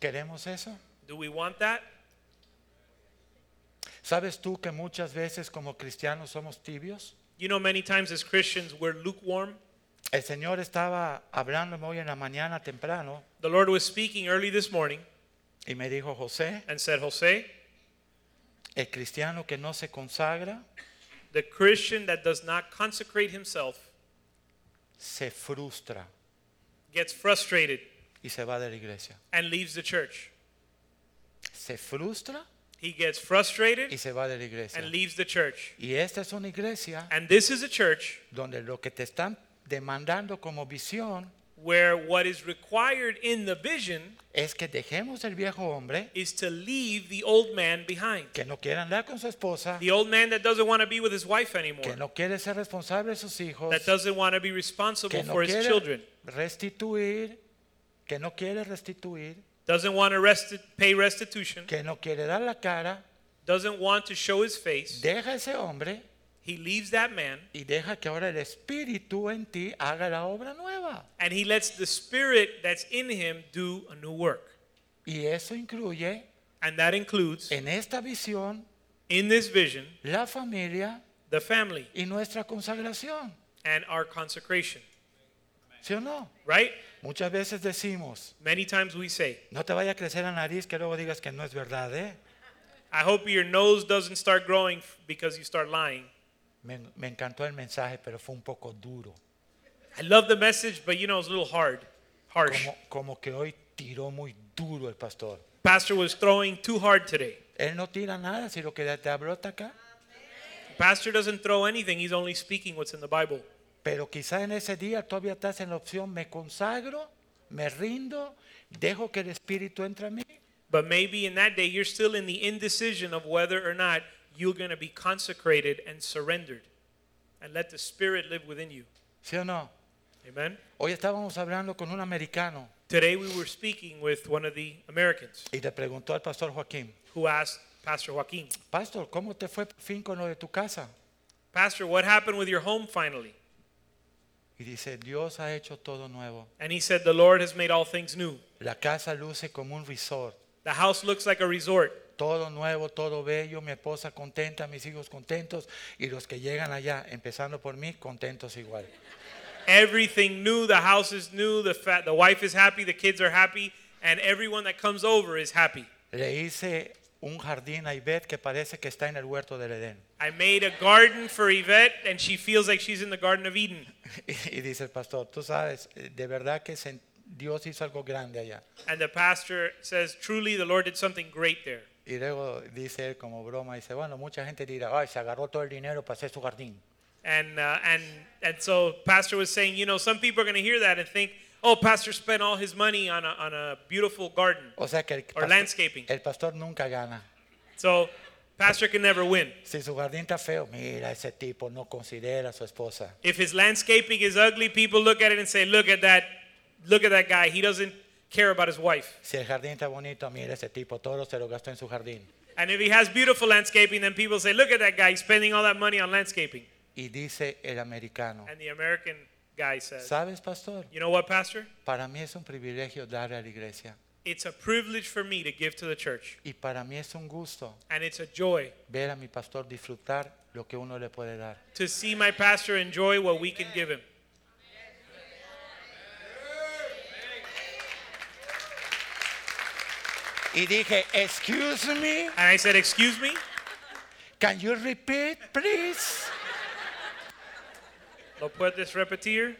[SPEAKER 3] ¿Queremos eso?
[SPEAKER 4] Do we want that?
[SPEAKER 3] ¿Sabes tú que muchas veces como cristianos somos tibios?
[SPEAKER 4] You know, many times as Christians, we're lukewarm.
[SPEAKER 3] El Señor estaba hablándome hoy en la mañana temprano
[SPEAKER 4] The Lord was speaking early this morning
[SPEAKER 3] y me dijo, José,
[SPEAKER 4] and said, Jose,
[SPEAKER 3] el cristiano que no se consagra
[SPEAKER 4] the Christian that does not consecrate himself
[SPEAKER 3] se frustra
[SPEAKER 4] gets frustrated
[SPEAKER 3] y se va de la iglesia.
[SPEAKER 4] and leaves the church.
[SPEAKER 3] Se frustra
[SPEAKER 4] He gets frustrated
[SPEAKER 3] y se va de la iglesia.
[SPEAKER 4] and leaves the church.
[SPEAKER 3] Y esta es una iglesia
[SPEAKER 4] And this is a church
[SPEAKER 3] donde lo que te están demandando como visión
[SPEAKER 4] where what is required in the vision
[SPEAKER 3] es que dejemos el viejo hombre
[SPEAKER 4] is to leave the old man behind.
[SPEAKER 3] que no quiere andar con su esposa,
[SPEAKER 4] The old man that doesn't want to be with his wife anymore,
[SPEAKER 3] que no quiere ser responsable de sus hijos,
[SPEAKER 4] that doesn't want to be
[SPEAKER 3] que
[SPEAKER 4] responsible
[SPEAKER 3] no
[SPEAKER 4] for his children,
[SPEAKER 3] quiere restituir, que no quiere restituir,
[SPEAKER 4] doesn't want to resti- pay restitution,
[SPEAKER 3] que no quiere dar la cara,
[SPEAKER 4] doesn't want to show his face,
[SPEAKER 3] deja ese hombre
[SPEAKER 4] He leaves that man
[SPEAKER 3] y deja que ahora el Espíritu en ti haga la obra nueva.
[SPEAKER 4] and he lets the spirit that's in him do a new work.
[SPEAKER 3] Y eso incluye
[SPEAKER 4] And that includes
[SPEAKER 3] en esta visión
[SPEAKER 4] in this vision
[SPEAKER 3] la familia
[SPEAKER 4] the family
[SPEAKER 3] y nuestra consagración.
[SPEAKER 4] and our consecration,
[SPEAKER 3] ¿Sí o no?
[SPEAKER 4] right?
[SPEAKER 3] Muchas veces decimos,
[SPEAKER 4] Many times we say,
[SPEAKER 3] no te vaya a crecer la nariz que luego digas que no es verdad, ¿eh?
[SPEAKER 4] I hope your nose doesn't start growing f- because you start lying.
[SPEAKER 3] Me, me encantó el mensaje, pero fue un poco duro.
[SPEAKER 4] I love the message, but you know, it's a little hard, harsh.
[SPEAKER 3] Como, como que hoy tiró muy duro el pastor.
[SPEAKER 4] Pastor was throwing too hard today.
[SPEAKER 3] Él no tira nada si lo que te habló está acá.
[SPEAKER 4] Pastor doesn't throw anything, he's only speaking what's in the Bible.
[SPEAKER 3] Pero quizá en ese día todavía estás en la opción, me consagro, me rindo, dejo que el Espíritu entre a mí
[SPEAKER 4] But maybe in that day, you're still in the indecision of whether or not you're going to be consecrated and surrendered and let the Spirit live within you.
[SPEAKER 3] ¿Sí o no?
[SPEAKER 4] Amen.
[SPEAKER 3] Hoy estábamos hablando con un americano
[SPEAKER 4] Today, we were speaking with one of the Americans
[SPEAKER 3] y le preguntó al pastor Joaquín,
[SPEAKER 4] who asked Pastor Joaquin,
[SPEAKER 3] Pastor, ¿cómo te fue por fin con lo de tu casa?
[SPEAKER 4] Pastor, what happened with your home finally?
[SPEAKER 3] Y dice, Dios ha hecho todo nuevo.
[SPEAKER 4] And he said, The Lord has made all things new.
[SPEAKER 3] La casa luce como un resort.
[SPEAKER 4] The house looks like a resort.
[SPEAKER 3] Todo nuevo, todo bello, mi esposa contenta, mis hijos contentos y los que llegan allá, empezando por mí, contentos igual.
[SPEAKER 4] Everything new. The house is new. The, fa- the wife is happy. The kids are happy. And everyone that comes over is happy.
[SPEAKER 3] Le hice un jardín a Ivette que parece que está en el huerto del Edén.
[SPEAKER 4] I made a garden for Yvette, and she feels like she's in the Garden of Eden.
[SPEAKER 3] Y dice el pastor, tú sabes, eh, de verdad que se- Dios hizo algo grande allá.
[SPEAKER 4] And the pastor says, Truly, the Lord did something great there.
[SPEAKER 3] Y luego dice él como broma, dice, bueno, mucha gente dirá, ay, se agarró todo el dinero para hacer su jardín.
[SPEAKER 4] And, uh, and, and so, pastor was saying, You know, some people are going to hear that and think, Oh, pastor spent all his money on a, on a beautiful garden.
[SPEAKER 3] O sea que el
[SPEAKER 4] Or landscaping.
[SPEAKER 3] el pastor nunca gana.
[SPEAKER 4] So, pastor can never win.
[SPEAKER 3] Si su jardín está feo, mira, ese tipo no considera a su esposa.
[SPEAKER 4] If his landscaping is ugly, people look at it and say, "Look at that! Look at that guy. He doesn't care about his wife."
[SPEAKER 3] Si el jardín está bonito, mira, ese tipo todo se lo gastó en su jardín.
[SPEAKER 4] And if he has beautiful landscaping, then people say, "Look at that guy. He's spending all that money on landscaping."
[SPEAKER 3] Y dice el americano,
[SPEAKER 4] And the American guy says,
[SPEAKER 3] ¿sabes, pastor?
[SPEAKER 4] "You know what, pastor?
[SPEAKER 3] Para mí es un privilegio dar a la iglesia.
[SPEAKER 4] It's a privilege for me to give to the church,
[SPEAKER 3] Y para mí es un gusto
[SPEAKER 4] and it's a joy
[SPEAKER 3] ver a mi pastor disfrutar lo que uno le puede dar.
[SPEAKER 4] to see my pastor enjoy what we can give him."
[SPEAKER 3] Y dije, excuse me,
[SPEAKER 4] And I said, "Excuse me,
[SPEAKER 3] can you repeat, please?
[SPEAKER 4] lo puedes repetir?"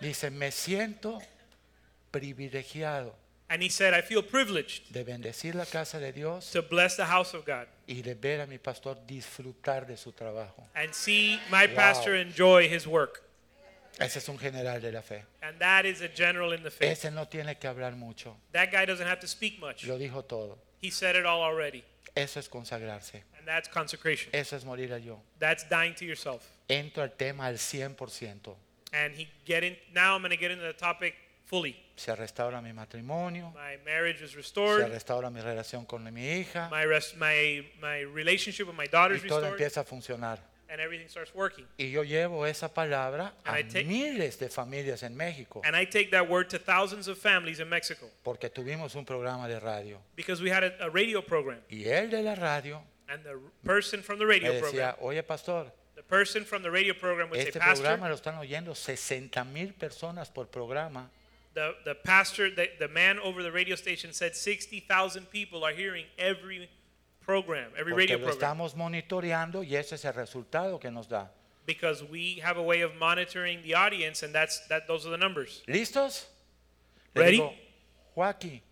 [SPEAKER 3] Dice, me siento privilegiado
[SPEAKER 4] And he said, "I feel privileged
[SPEAKER 3] de bendecir la casa de Dios
[SPEAKER 4] to bless the house of God
[SPEAKER 3] y de ver a mi pastor disfrutar de su trabajo.
[SPEAKER 4] and see my
[SPEAKER 3] Wow.
[SPEAKER 4] pastor enjoy his work."
[SPEAKER 3] Ese es un general de la fe.
[SPEAKER 4] And that is a general in the faith.
[SPEAKER 3] Ese no tiene que hablar mucho.
[SPEAKER 4] That guy doesn't have to speak much.
[SPEAKER 3] Lo dijo todo.
[SPEAKER 4] He said it all already.
[SPEAKER 3] Eso es consagrarse.
[SPEAKER 4] And that's consecration.
[SPEAKER 3] Eso es morir a yo.
[SPEAKER 4] That's dying to yourself.
[SPEAKER 3] Entro al tema al 100%.
[SPEAKER 4] And he get in now I'm going to get into the topic fully.
[SPEAKER 3] Se restaura mi matrimonio.
[SPEAKER 4] My marriage is
[SPEAKER 3] Se
[SPEAKER 4] restored.
[SPEAKER 3] restaura mi relación con mi hija.
[SPEAKER 4] My rest, my my relationship with my daughter is
[SPEAKER 3] Y todo
[SPEAKER 4] restored
[SPEAKER 3] empieza a funcionar.
[SPEAKER 4] and everything starts working.
[SPEAKER 3] Y yo llevo esa palabra a
[SPEAKER 4] And I take-
[SPEAKER 3] miles de familias en México.
[SPEAKER 4] And I take that word to thousands of families in Mexico
[SPEAKER 3] Porque tuvimos un programa de radio.
[SPEAKER 4] because we had a, a radio program
[SPEAKER 3] Y él de la radio
[SPEAKER 4] and the person from the
[SPEAKER 3] me
[SPEAKER 4] radio program
[SPEAKER 3] decía, oye pastor,
[SPEAKER 4] the person from the radio program would say
[SPEAKER 3] este
[SPEAKER 4] pastor
[SPEAKER 3] programa lo están oyendo 60 mil personas por programa.
[SPEAKER 4] The, the pastor, the, the man over the radio station said 60,000 people are hearing every program, every
[SPEAKER 3] Porque
[SPEAKER 4] radio
[SPEAKER 3] lo
[SPEAKER 4] program.
[SPEAKER 3] estamos monitoreando y ese es el resultado que nos da.
[SPEAKER 4] Because we have a way of monitoring the audience, and that's that. those are the numbers.
[SPEAKER 3] ¿Listos?
[SPEAKER 4] Ready?
[SPEAKER 3] Joaquín,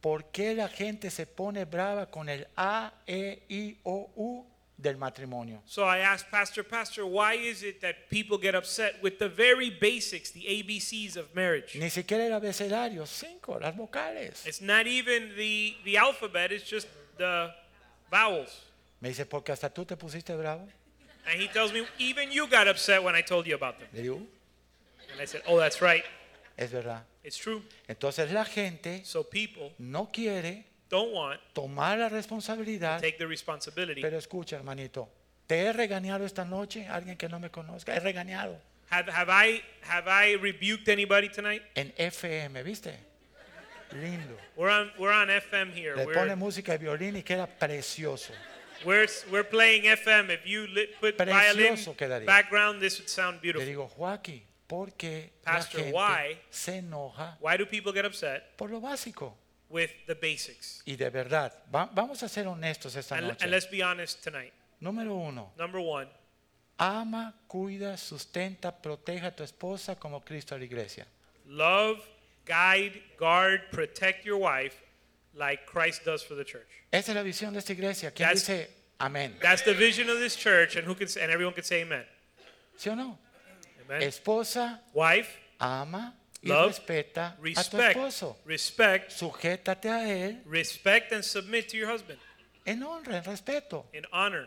[SPEAKER 3] ¿por qué la gente se pone brava con el A, E, I, O, U del matrimonio?
[SPEAKER 4] So I asked Pastor, Pastor, why is it that people get upset with the very basics, the ABCs of marriage?
[SPEAKER 3] Ni siquiera el abecedario, cinco, las vocales.
[SPEAKER 4] It's not even the, the alphabet, it's just the vowels.
[SPEAKER 3] Me dice, porque hasta tú te pusiste bravo.
[SPEAKER 4] And he tells me, even you got upset when I told you about them.
[SPEAKER 3] Le digo, "Uh,
[SPEAKER 4] And I said, oh, that's right.
[SPEAKER 3] es verdad.
[SPEAKER 4] It's true.
[SPEAKER 3] Entonces la gente
[SPEAKER 4] So people
[SPEAKER 3] no quiere
[SPEAKER 4] don't want,
[SPEAKER 3] tomar la responsabilidad.
[SPEAKER 4] take the responsibility.
[SPEAKER 3] Pero escucha, hermanito, ¿te he regañado esta noche? Alguien que no me conozca, he regañado.
[SPEAKER 4] Have, have, I, have I rebuked anybody tonight?
[SPEAKER 3] En FM, ¿viste? Lindo.
[SPEAKER 4] We're on, we're on FM here.
[SPEAKER 3] Le pone
[SPEAKER 4] We're,
[SPEAKER 3] música de violín y queda precioso.
[SPEAKER 4] we're, s- we're playing FM. If you lit, put violin
[SPEAKER 3] Precioso quedaría.
[SPEAKER 4] background, this would sound
[SPEAKER 3] Le
[SPEAKER 4] beautiful.
[SPEAKER 3] digo, Joaquín, ¿por qué
[SPEAKER 4] Pastor,
[SPEAKER 3] la
[SPEAKER 4] why?
[SPEAKER 3] gente se enoja
[SPEAKER 4] Why do people get upset
[SPEAKER 3] por lo básico?
[SPEAKER 4] with the basics?
[SPEAKER 3] Y de verdad, va- vamos a ser honestos esta
[SPEAKER 4] And,
[SPEAKER 3] noche.
[SPEAKER 4] and let's be honest tonight.
[SPEAKER 3] Número uno,
[SPEAKER 4] Number one,
[SPEAKER 3] ama, cuida, sustenta, proteja a tu esposa como Cristo a la iglesia.
[SPEAKER 4] love, guide, guard, protect your wife like Christ does for the church.
[SPEAKER 3] Esa es la visión de esta iglesia. ¿Quién
[SPEAKER 4] That's-
[SPEAKER 3] dice amén?
[SPEAKER 4] That's the vision of this church, and who can s- and everyone can say amen.
[SPEAKER 3] ¿Sí o no?
[SPEAKER 4] Amen.
[SPEAKER 3] Esposa,
[SPEAKER 4] wife,
[SPEAKER 3] ama y
[SPEAKER 4] Love,
[SPEAKER 3] respeta a tu
[SPEAKER 4] respect,
[SPEAKER 3] esposo.
[SPEAKER 4] respect,
[SPEAKER 3] Sujétate a él
[SPEAKER 4] respect, and submit to your husband
[SPEAKER 3] en honra, en respeto.
[SPEAKER 4] in honor.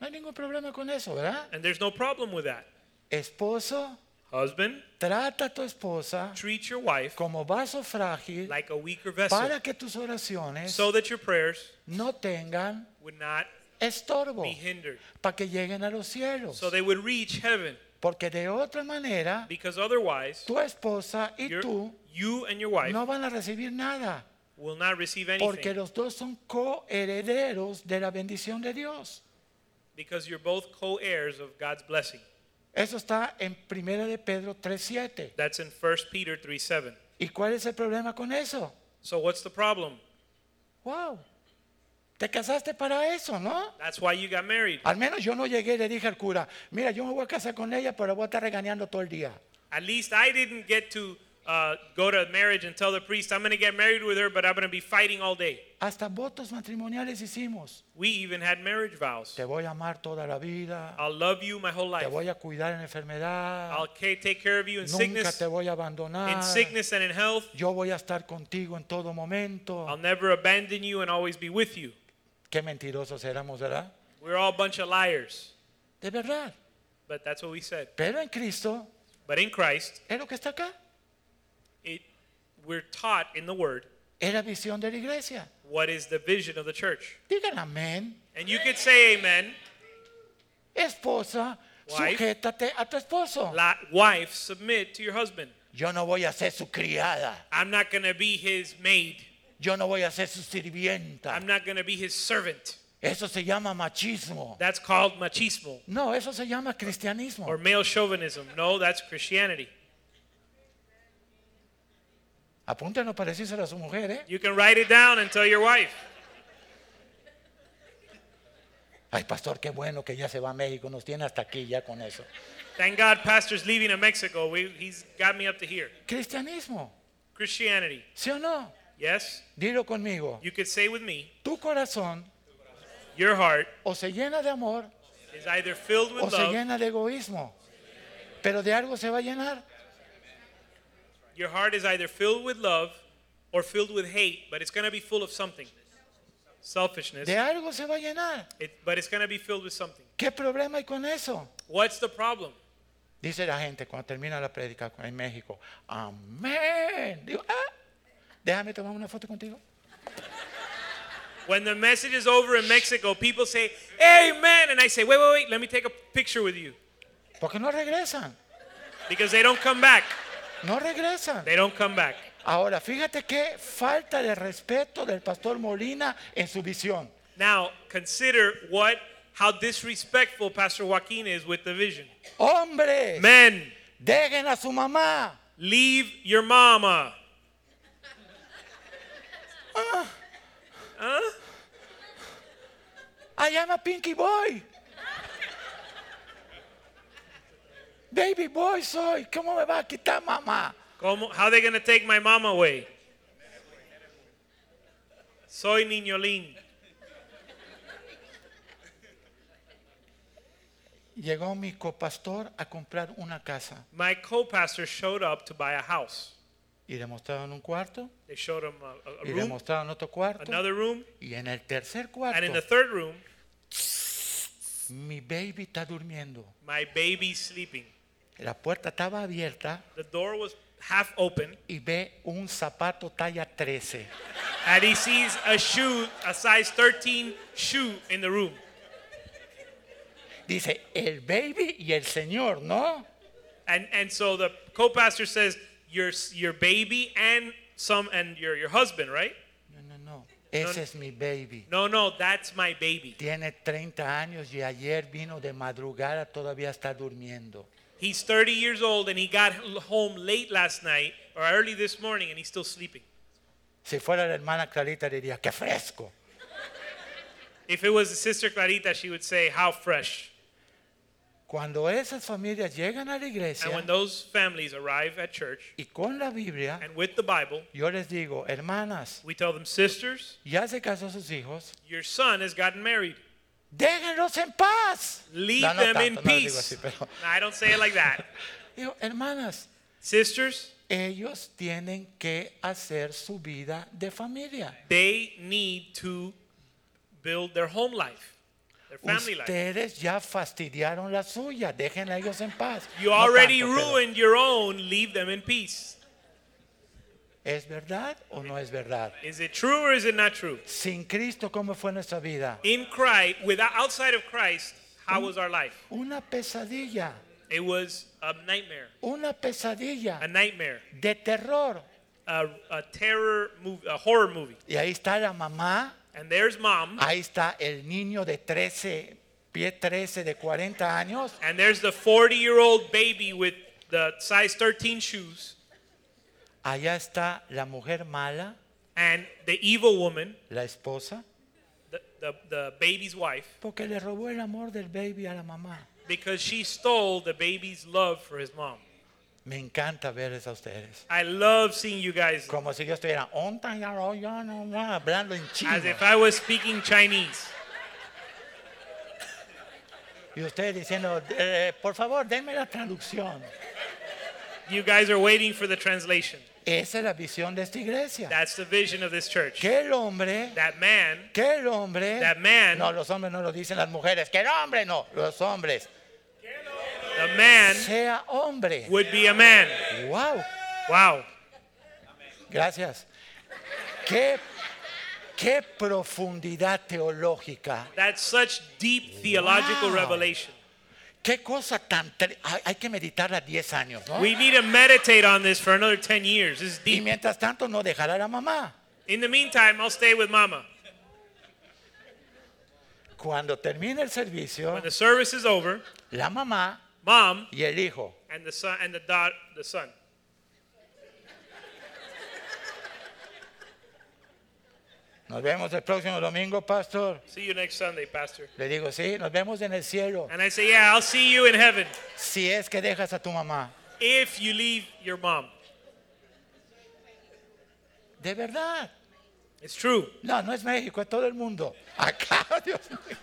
[SPEAKER 3] No hay ningún problema con eso, ¿verdad?
[SPEAKER 4] And there's no problem with that.
[SPEAKER 3] Esposo,
[SPEAKER 4] Husband,
[SPEAKER 3] trata a tu esposa
[SPEAKER 4] treat your wife
[SPEAKER 3] como vaso frágil
[SPEAKER 4] like a weaker vessel
[SPEAKER 3] para que tus oraciones
[SPEAKER 4] so that your prayers
[SPEAKER 3] no tengan
[SPEAKER 4] would not
[SPEAKER 3] estorbo
[SPEAKER 4] be hindered,
[SPEAKER 3] para que lleguen a los cielos.
[SPEAKER 4] so they would reach heaven.
[SPEAKER 3] Porque de otra manera,
[SPEAKER 4] Because otherwise,
[SPEAKER 3] tu esposa y
[SPEAKER 4] your-
[SPEAKER 3] tú
[SPEAKER 4] you and your wife
[SPEAKER 3] no van a recibir nada.
[SPEAKER 4] will not receive
[SPEAKER 3] Porque
[SPEAKER 4] anything
[SPEAKER 3] los dos son coherederos de la bendición de Dios.
[SPEAKER 4] because you're both co heirs of God's blessing.
[SPEAKER 3] Eso está en 1 de Pedro 3.7.
[SPEAKER 4] That's in 1 Peter 3 7.
[SPEAKER 3] ¿Y cuál es el problema con eso?
[SPEAKER 4] So, what's the problem?
[SPEAKER 3] Wow. Te casaste para eso, ¿no?
[SPEAKER 4] That's why you got married.
[SPEAKER 3] Al menos yo no llegué y le dije al cura, mira, yo me voy a casar con ella, pero la voy a estar regañando todo el día.
[SPEAKER 4] At least I didn't get to uh, go to marriage and tell the priest, I'm going to get married with her, but I'm going to be fighting all day.
[SPEAKER 3] Hasta votos matrimoniales hicimos.
[SPEAKER 4] We even had marriage vows.
[SPEAKER 3] Te voy a amar toda la vida,
[SPEAKER 4] I'll love you my whole
[SPEAKER 3] te
[SPEAKER 4] life.
[SPEAKER 3] voy a cuidar en enfermedad,
[SPEAKER 4] I'll ca- take care of you in
[SPEAKER 3] nunca
[SPEAKER 4] sickness,
[SPEAKER 3] te voy a abandonar,
[SPEAKER 4] in sickness and in health.
[SPEAKER 3] yo voy a estar contigo en todo momento.
[SPEAKER 4] I'll never abandon you and always be with you.
[SPEAKER 3] Qué mentirosos éramos, ¿verdad?
[SPEAKER 4] We're all a bunch of liars,
[SPEAKER 3] De verdad.
[SPEAKER 4] but that's what we said.
[SPEAKER 3] Pero en Cristo
[SPEAKER 4] But in Christ,
[SPEAKER 3] es lo que está acá.
[SPEAKER 4] it, we're taught in the Word
[SPEAKER 3] Es la visión de la iglesia.
[SPEAKER 4] what is the vision of the church.
[SPEAKER 3] Digan amén.
[SPEAKER 4] And you could say amen.
[SPEAKER 3] Esposa,
[SPEAKER 4] Wife.
[SPEAKER 3] sujétate a tu esposo.
[SPEAKER 4] La- wife, submit to your husband.
[SPEAKER 3] Yo no voy a ser su criada.
[SPEAKER 4] I'm not going to be his maid.
[SPEAKER 3] Yo no voy a ser su sirvienta.
[SPEAKER 4] I'm not going to be his servant.
[SPEAKER 3] Eso se llama machismo.
[SPEAKER 4] That's called machismo
[SPEAKER 3] No, eso se llama cristianismo.
[SPEAKER 4] or male chauvinism. No, that's Christianity.
[SPEAKER 3] Apúntenlo para decírselo a su mujer, ¿eh?
[SPEAKER 4] You can write it down and tell your wife.
[SPEAKER 3] Ay, pastor, qué bueno que ya se va a México. Nos tiene hasta aquí ya con eso.
[SPEAKER 4] Thank God, pastor's leaving to Mexico. We, he's got me up to here.
[SPEAKER 3] Cristianismo,
[SPEAKER 4] Christianity.
[SPEAKER 3] ¿sí o no?
[SPEAKER 4] Yes,
[SPEAKER 3] Dilo conmigo.
[SPEAKER 4] you could say with me,
[SPEAKER 3] Tu corazón
[SPEAKER 4] your heart
[SPEAKER 3] o se llena de amor
[SPEAKER 4] is either filled
[SPEAKER 3] o
[SPEAKER 4] with
[SPEAKER 3] se
[SPEAKER 4] love,
[SPEAKER 3] llena de egoísmo. Pero de algo se va a llenar.
[SPEAKER 4] your heart is either filled with love or filled with hate, but it's going to be full of something. Selfishness.
[SPEAKER 3] De algo se va a llenar.
[SPEAKER 4] It, but it's going to be filled with something.
[SPEAKER 3] ¿Qué problema hay con eso?
[SPEAKER 4] What's the problem?
[SPEAKER 3] Dice la gente cuando termina la prédica en México. Amén. Digo, ah, déjame tomar una foto contigo.
[SPEAKER 4] When the message is over in Mexico, people say, Amen. And I say, Wait, wait, wait, let me take a picture with you.
[SPEAKER 3] Porque no regresan.
[SPEAKER 4] Because they don't come back.
[SPEAKER 3] No regresan.
[SPEAKER 4] They don't come back.
[SPEAKER 3] Ahora, fíjate qué falta de respeto del pastor Molina en su visión.
[SPEAKER 4] Now, consider what, how disrespectful Pastor Joaquin is with the vision.
[SPEAKER 3] Hombre,
[SPEAKER 4] Men,
[SPEAKER 3] dejen a su mamá.
[SPEAKER 4] leave your mama.
[SPEAKER 3] I am a Pinky Boy. Baby boy soy. ¿Cómo me va a quitar mamá?
[SPEAKER 4] Como, how they going to take my mama away? Soy niñolín.
[SPEAKER 3] Llegó mi copastor a comprar una casa
[SPEAKER 4] My co pastor showed up to buy a house.
[SPEAKER 3] y le mostraron un cuarto
[SPEAKER 4] They showed him a,
[SPEAKER 3] y
[SPEAKER 4] a, a
[SPEAKER 3] le
[SPEAKER 4] room,
[SPEAKER 3] mostraron otro cuarto
[SPEAKER 4] another room,
[SPEAKER 3] y en el tercer cuarto
[SPEAKER 4] and in the third room,
[SPEAKER 3] mi baby está durmiendo.
[SPEAKER 4] my baby's sleeping.
[SPEAKER 3] La puerta estaba abierta
[SPEAKER 4] The door was half open,
[SPEAKER 3] y ve un zapato talla 13.
[SPEAKER 4] and he sees a shoe, a size 13 shoe in the room.
[SPEAKER 3] Dice, el baby y el Señor, ¿no?
[SPEAKER 4] And and so the co-pastor says, "Your your baby and some and your your husband, right?"
[SPEAKER 3] No, no, no. Ese es mi baby.
[SPEAKER 4] No, no, that's my baby.
[SPEAKER 3] Tiene 30 años y ayer vino de madrugada, todavía está durmiendo.
[SPEAKER 4] He's 30 years old and he got home late last night or early this morning and he's still sleeping.
[SPEAKER 3] Si fuera la hermana Clarita diría, qué fresco.
[SPEAKER 4] If it was Sister Clarita, she would say, "How fresh."
[SPEAKER 3] Cuando esas familias llegan a la
[SPEAKER 4] And
[SPEAKER 3] iglesia
[SPEAKER 4] when those families arrive at church
[SPEAKER 3] y con la Biblia,
[SPEAKER 4] and with the Bible,
[SPEAKER 3] yo les digo, hermanas,
[SPEAKER 4] we tell them, "Sisters,
[SPEAKER 3] ya se casó sus hijos,
[SPEAKER 4] your son has gotten married.
[SPEAKER 3] déjenlos en paz.
[SPEAKER 4] Leave
[SPEAKER 3] No, no
[SPEAKER 4] them
[SPEAKER 3] tanto,
[SPEAKER 4] in
[SPEAKER 3] no les digo
[SPEAKER 4] peace."
[SPEAKER 3] así, pero-
[SPEAKER 4] No, I don't say it like that.
[SPEAKER 3] Digo, hermanas,
[SPEAKER 4] Sisters,
[SPEAKER 3] ellos tienen que hacer su vida de familia.
[SPEAKER 4] they need to build their home life, their family life.
[SPEAKER 3] Ustedes ya fastidiaron la suya, déjenla a ellos en paz.
[SPEAKER 4] You
[SPEAKER 3] No
[SPEAKER 4] already
[SPEAKER 3] tanto, pero-
[SPEAKER 4] ruined your own, leave them in peace.
[SPEAKER 3] ¿Es verdad o no es verdad?
[SPEAKER 4] Is it true or is it not true?
[SPEAKER 3] Sin Cristo, ¿cómo fue nuestra vida?
[SPEAKER 4] In Christ, without outside of Christ, how was our life?
[SPEAKER 3] Una pesadilla,
[SPEAKER 4] It was a nightmare,
[SPEAKER 3] una pesadilla
[SPEAKER 4] a nightmare,
[SPEAKER 3] de terror.
[SPEAKER 4] a, a terror movie, a horror movie.
[SPEAKER 3] Y ahí está la mamá,
[SPEAKER 4] And there's mom,
[SPEAKER 3] ahí está el niño de 13, pie 13 de 40 años,
[SPEAKER 4] and there's the 40-year-old baby with the size 13 shoes,
[SPEAKER 3] allá está la mujer mala,
[SPEAKER 4] and the evil woman,
[SPEAKER 3] la esposa,
[SPEAKER 4] the, the, the baby's wife,
[SPEAKER 3] porque le robó el amor del baby a la mamá.
[SPEAKER 4] because she stole the baby's love for his mom.
[SPEAKER 3] Me encanta verles a ustedes.
[SPEAKER 4] I love seeing you guys
[SPEAKER 3] Como si yo estuviera "On tan ya ro ya no ma", hablando en chino.
[SPEAKER 4] as if I was speaking Chinese.
[SPEAKER 3] Y ustedes diciendo, "Eh, por favor, denme la traducción.
[SPEAKER 4] You guys are waiting for the translation.
[SPEAKER 3] Esa es la visión de esta iglesia.
[SPEAKER 4] That's the vision of this church.
[SPEAKER 3] Que el hombre,
[SPEAKER 4] That man,
[SPEAKER 3] que el hombre,
[SPEAKER 4] That man-
[SPEAKER 3] no, los hombres no lo dicen las mujeres, que el hombre no, los hombres,
[SPEAKER 4] the man
[SPEAKER 3] sea hombre.
[SPEAKER 4] would be a man.
[SPEAKER 3] Wow,
[SPEAKER 4] Wow.
[SPEAKER 3] gracias. Qué, qué profundidad teológica.
[SPEAKER 4] That's such deep theological
[SPEAKER 3] Wow.
[SPEAKER 4] revelation.
[SPEAKER 3] Qué cosa tan. tre- Hay, hay que meditarla 10 años, ¿no?
[SPEAKER 4] We need to meditate on this for another 10 years. This is
[SPEAKER 3] Y
[SPEAKER 4] deep.
[SPEAKER 3] mientras tanto, no dejará a la mamá.
[SPEAKER 4] In the meantime, I'll stay with mama.
[SPEAKER 3] Cuando termine el servicio,
[SPEAKER 4] When the service is over,
[SPEAKER 3] la mamá
[SPEAKER 4] mom
[SPEAKER 3] y el hijo.
[SPEAKER 4] and the son and the daughter, the son.
[SPEAKER 3] Nos vemos el próximo domingo, pastor.
[SPEAKER 4] See you next Sunday, pastor.
[SPEAKER 3] Le digo, sí, nos vemos en el cielo.
[SPEAKER 4] And I say, "Yeah, I'll see you in heaven
[SPEAKER 3] Si es que dejas a tu mamá.
[SPEAKER 4] if you leave your mom."
[SPEAKER 3] De verdad.
[SPEAKER 4] It's true.
[SPEAKER 3] No, no es México, es todo el mundo. Acá, Dios mío.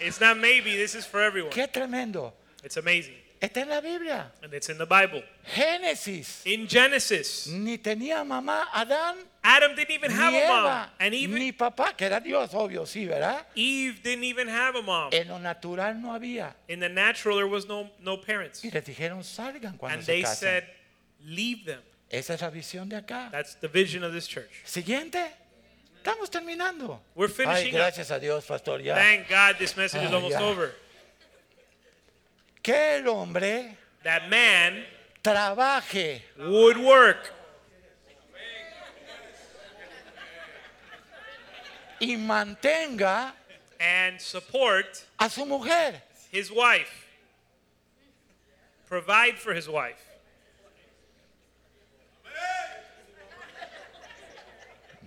[SPEAKER 4] It's not maybe, this is for everyone.
[SPEAKER 3] Qué tremendo.
[SPEAKER 4] It's amazing.
[SPEAKER 3] Está en la Biblia.
[SPEAKER 4] And it's in the Bible.
[SPEAKER 3] Génesis.
[SPEAKER 4] In Genesis,
[SPEAKER 3] Ni tenía mamá Adán,
[SPEAKER 4] Adam didn't even
[SPEAKER 3] ni
[SPEAKER 4] have a mom.
[SPEAKER 3] Eva,
[SPEAKER 4] And even
[SPEAKER 3] ni papá, que era Dios, obvio, sí, ¿verdad?
[SPEAKER 4] Eve didn't even have a mom.
[SPEAKER 3] En lo natural no había.
[SPEAKER 4] In the natural, there was no, no parents.
[SPEAKER 3] Y les dijeron, salgan cuando
[SPEAKER 4] And
[SPEAKER 3] se
[SPEAKER 4] they
[SPEAKER 3] casen.
[SPEAKER 4] said, leave them.
[SPEAKER 3] Esa es la visión de acá.
[SPEAKER 4] That's the vision of this church.
[SPEAKER 3] Siguiente. Estamos terminando.
[SPEAKER 4] We're
[SPEAKER 3] Ay,
[SPEAKER 4] finishing up.
[SPEAKER 3] gracias a Dios, pastor. Ya.
[SPEAKER 4] Thank God this message is
[SPEAKER 3] Ah,
[SPEAKER 4] almost
[SPEAKER 3] yeah.
[SPEAKER 4] over.
[SPEAKER 3] Que el hombre
[SPEAKER 4] That man
[SPEAKER 3] trabaje.
[SPEAKER 4] would work
[SPEAKER 3] y mantenga
[SPEAKER 4] and support
[SPEAKER 3] a su mujer.
[SPEAKER 4] his wife, provide for his wife.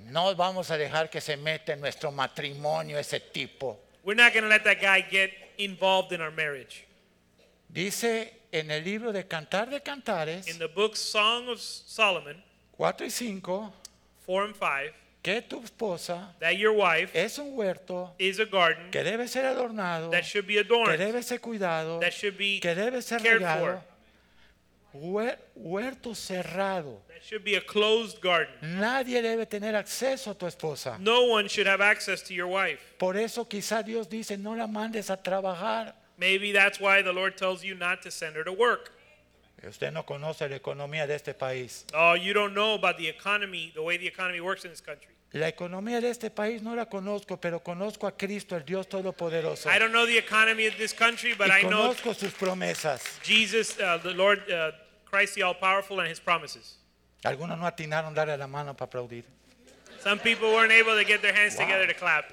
[SPEAKER 3] No vamos a dejar que se meta en nuestro matrimonio ese tipo.
[SPEAKER 4] We're not going to let that guy get involved in our marriage.
[SPEAKER 3] Dice en el libro de Cantar de
[SPEAKER 4] In
[SPEAKER 3] Cantares
[SPEAKER 4] the book Song of Solomon,
[SPEAKER 3] 4 y 5
[SPEAKER 4] 4 and 5,
[SPEAKER 3] que tu esposa
[SPEAKER 4] that your wife
[SPEAKER 3] es un huerto
[SPEAKER 4] is a garden
[SPEAKER 3] que debe ser adornado,
[SPEAKER 4] that should be
[SPEAKER 3] que
[SPEAKER 4] adorned,
[SPEAKER 3] debe ser cuidado,
[SPEAKER 4] that should be
[SPEAKER 3] que debe ser
[SPEAKER 4] cared for,
[SPEAKER 3] regado. Huer- Huerto cerrado.
[SPEAKER 4] that should be a closed garden.
[SPEAKER 3] Nadie debe tener acceso a tu esposa.
[SPEAKER 4] No one should have access to your wife.
[SPEAKER 3] Por eso quizá Dios dice, no la mandes a trabajar.
[SPEAKER 4] Maybe that's why the Lord tells you not to send her to work.
[SPEAKER 3] Usted no conoce la economía de este país.
[SPEAKER 4] Oh, you don't know about the economy, the way the economy works in this country.
[SPEAKER 3] La economía de este país no la conozco, pero conozco a Cristo, el Dios Todopoderoso.
[SPEAKER 4] I don't know the economy of this country, but I
[SPEAKER 3] Y
[SPEAKER 4] know
[SPEAKER 3] conozco sus promesas.
[SPEAKER 4] Jesus, uh, the Lord, uh, Christ the All Powerful, and His promises.
[SPEAKER 3] Algunos no atinaron darle la mano para aplaudir.
[SPEAKER 4] Some people weren't able to get their hands together to clap.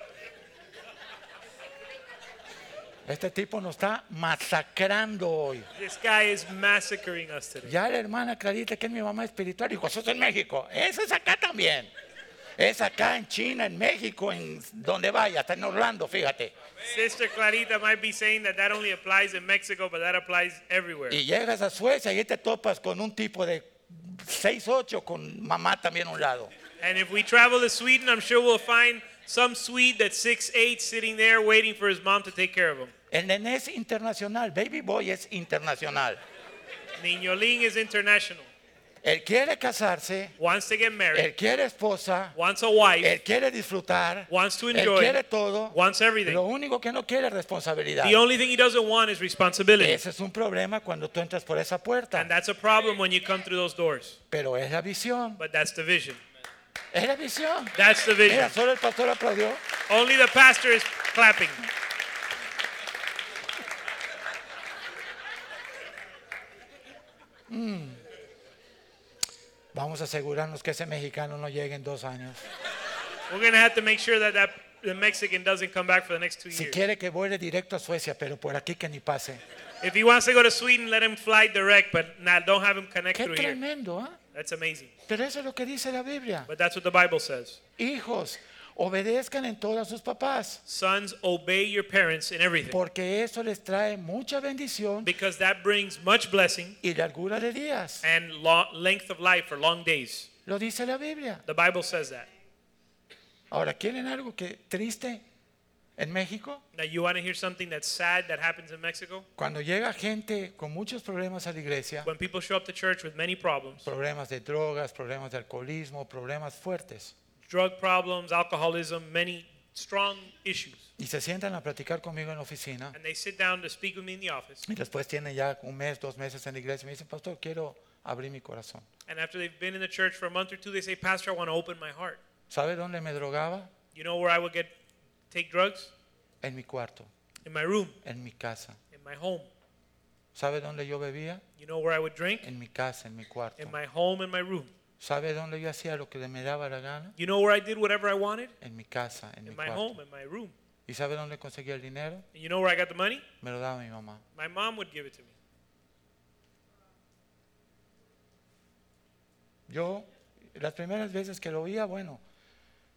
[SPEAKER 3] Este tipo nos está masacrando hoy.
[SPEAKER 4] This guy is massacring us today.
[SPEAKER 3] Ya la hermana Clarita, que es mi mamá espiritual, dijo, eso es en México, eso es acá también. Es acá en China, en México, en donde vaya, está en Orlando, fíjate.
[SPEAKER 4] Sister Clarita might be saying that that only applies in Mexico, but that applies everywhere.
[SPEAKER 3] Y llegas a Suecia y ahí te topas con un tipo de 6'8 con mamá también a un lado.
[SPEAKER 4] And if we travel to Sweden, I'm sure we'll find some Swede that's 6'8 sitting there waiting for his mom to take care of him.
[SPEAKER 3] El nené es internacional, Baby Boy es internacional.
[SPEAKER 4] Niño Ling is international.
[SPEAKER 3] Él quiere casarse,
[SPEAKER 4] Wants to get married,
[SPEAKER 3] él quiere esposa,
[SPEAKER 4] wants a wife,
[SPEAKER 3] él quiere disfrutar,
[SPEAKER 4] wants to
[SPEAKER 3] él
[SPEAKER 4] enjoy,
[SPEAKER 3] quiere todo.
[SPEAKER 4] wants everything.
[SPEAKER 3] Lo único que no quiere es responsabilidad.
[SPEAKER 4] The only thing he doesn't want is responsibility.
[SPEAKER 3] Ese es un problema cuando tú entras por esa puerta,
[SPEAKER 4] And that's a problem when you come through those doors.
[SPEAKER 3] pero es la visión.
[SPEAKER 4] But that's the vision.
[SPEAKER 3] Es la visión.
[SPEAKER 4] That's the
[SPEAKER 3] Mira,
[SPEAKER 4] vision.
[SPEAKER 3] solo el pastor aplaudió.
[SPEAKER 4] Only the pastor is clapping.
[SPEAKER 3] Vamos a asegurarnos que ese mexicano no llegue en dos años.
[SPEAKER 4] We're going to have to make sure that, that the Mexican doesn't come back for the next two
[SPEAKER 3] Si
[SPEAKER 4] years.
[SPEAKER 3] quiere que vuele directo a Suecia, pero por aquí que ni pase.
[SPEAKER 4] If he wants to go to Sweden, let him fly direct, but not, don't have him connect
[SPEAKER 3] Qué
[SPEAKER 4] through here.
[SPEAKER 3] tremendo, ¿ah?
[SPEAKER 4] That's amazing.
[SPEAKER 3] Pero eso es lo que dice la Biblia.
[SPEAKER 4] But that's what the Bible says.
[SPEAKER 3] Hijos, obedezcan en todas sus papás,
[SPEAKER 4] Sons, obey your parents in everything
[SPEAKER 3] porque eso les trae mucha bendición
[SPEAKER 4] because that brings much blessing
[SPEAKER 3] y largura de días.
[SPEAKER 4] and lo- length of life for long days.
[SPEAKER 3] Lo dice la Biblia.
[SPEAKER 4] The Bible says that.
[SPEAKER 3] Ahora, ¿quieren algo que triste en México?
[SPEAKER 4] Now, you want to hear something that's sad that happens in Mexico?
[SPEAKER 3] Cuando llega gente con muchos problemas a la iglesia,
[SPEAKER 4] When people show up to church with many problems
[SPEAKER 3] problemas de drogas, problemas de alcoholismo, problemas fuertes,
[SPEAKER 4] drug problems, alcoholism, many strong issues.
[SPEAKER 3] y se sientan a platicar conmigo en la oficina,
[SPEAKER 4] And they sit down to speak with me in the office.
[SPEAKER 3] y después tienen ya un mes, dos meses en la iglesia, y me dicen, pastor, quiero abrir mi corazón.
[SPEAKER 4] And after they've been in the church for a month or two, they say, Pastor, I want to open my heart.
[SPEAKER 3] ¿Sabe dónde me drogaba?
[SPEAKER 4] You know where I would get take drugs?
[SPEAKER 3] En mi cuarto,
[SPEAKER 4] In my room,
[SPEAKER 3] en mi casa.
[SPEAKER 4] in my home.
[SPEAKER 3] ¿Sabe dónde yo bebía?
[SPEAKER 4] You know where I would drink?
[SPEAKER 3] En mi casa, en mi cuarto.
[SPEAKER 4] In my home, in my room.
[SPEAKER 3] ¿Sabe dónde yo hacía lo que me daba la gana?
[SPEAKER 4] You know where I did whatever I wanted?
[SPEAKER 3] En mi casa, en mi
[SPEAKER 4] In my home,
[SPEAKER 3] cuarto.
[SPEAKER 4] in my room.
[SPEAKER 3] ¿Y sabe dónde conseguía el dinero?
[SPEAKER 4] And you know where I got the money?
[SPEAKER 3] Me lo daba mi mamá.
[SPEAKER 4] My mom would give it to me.
[SPEAKER 3] Yo, las primeras veces que lo oía, bueno,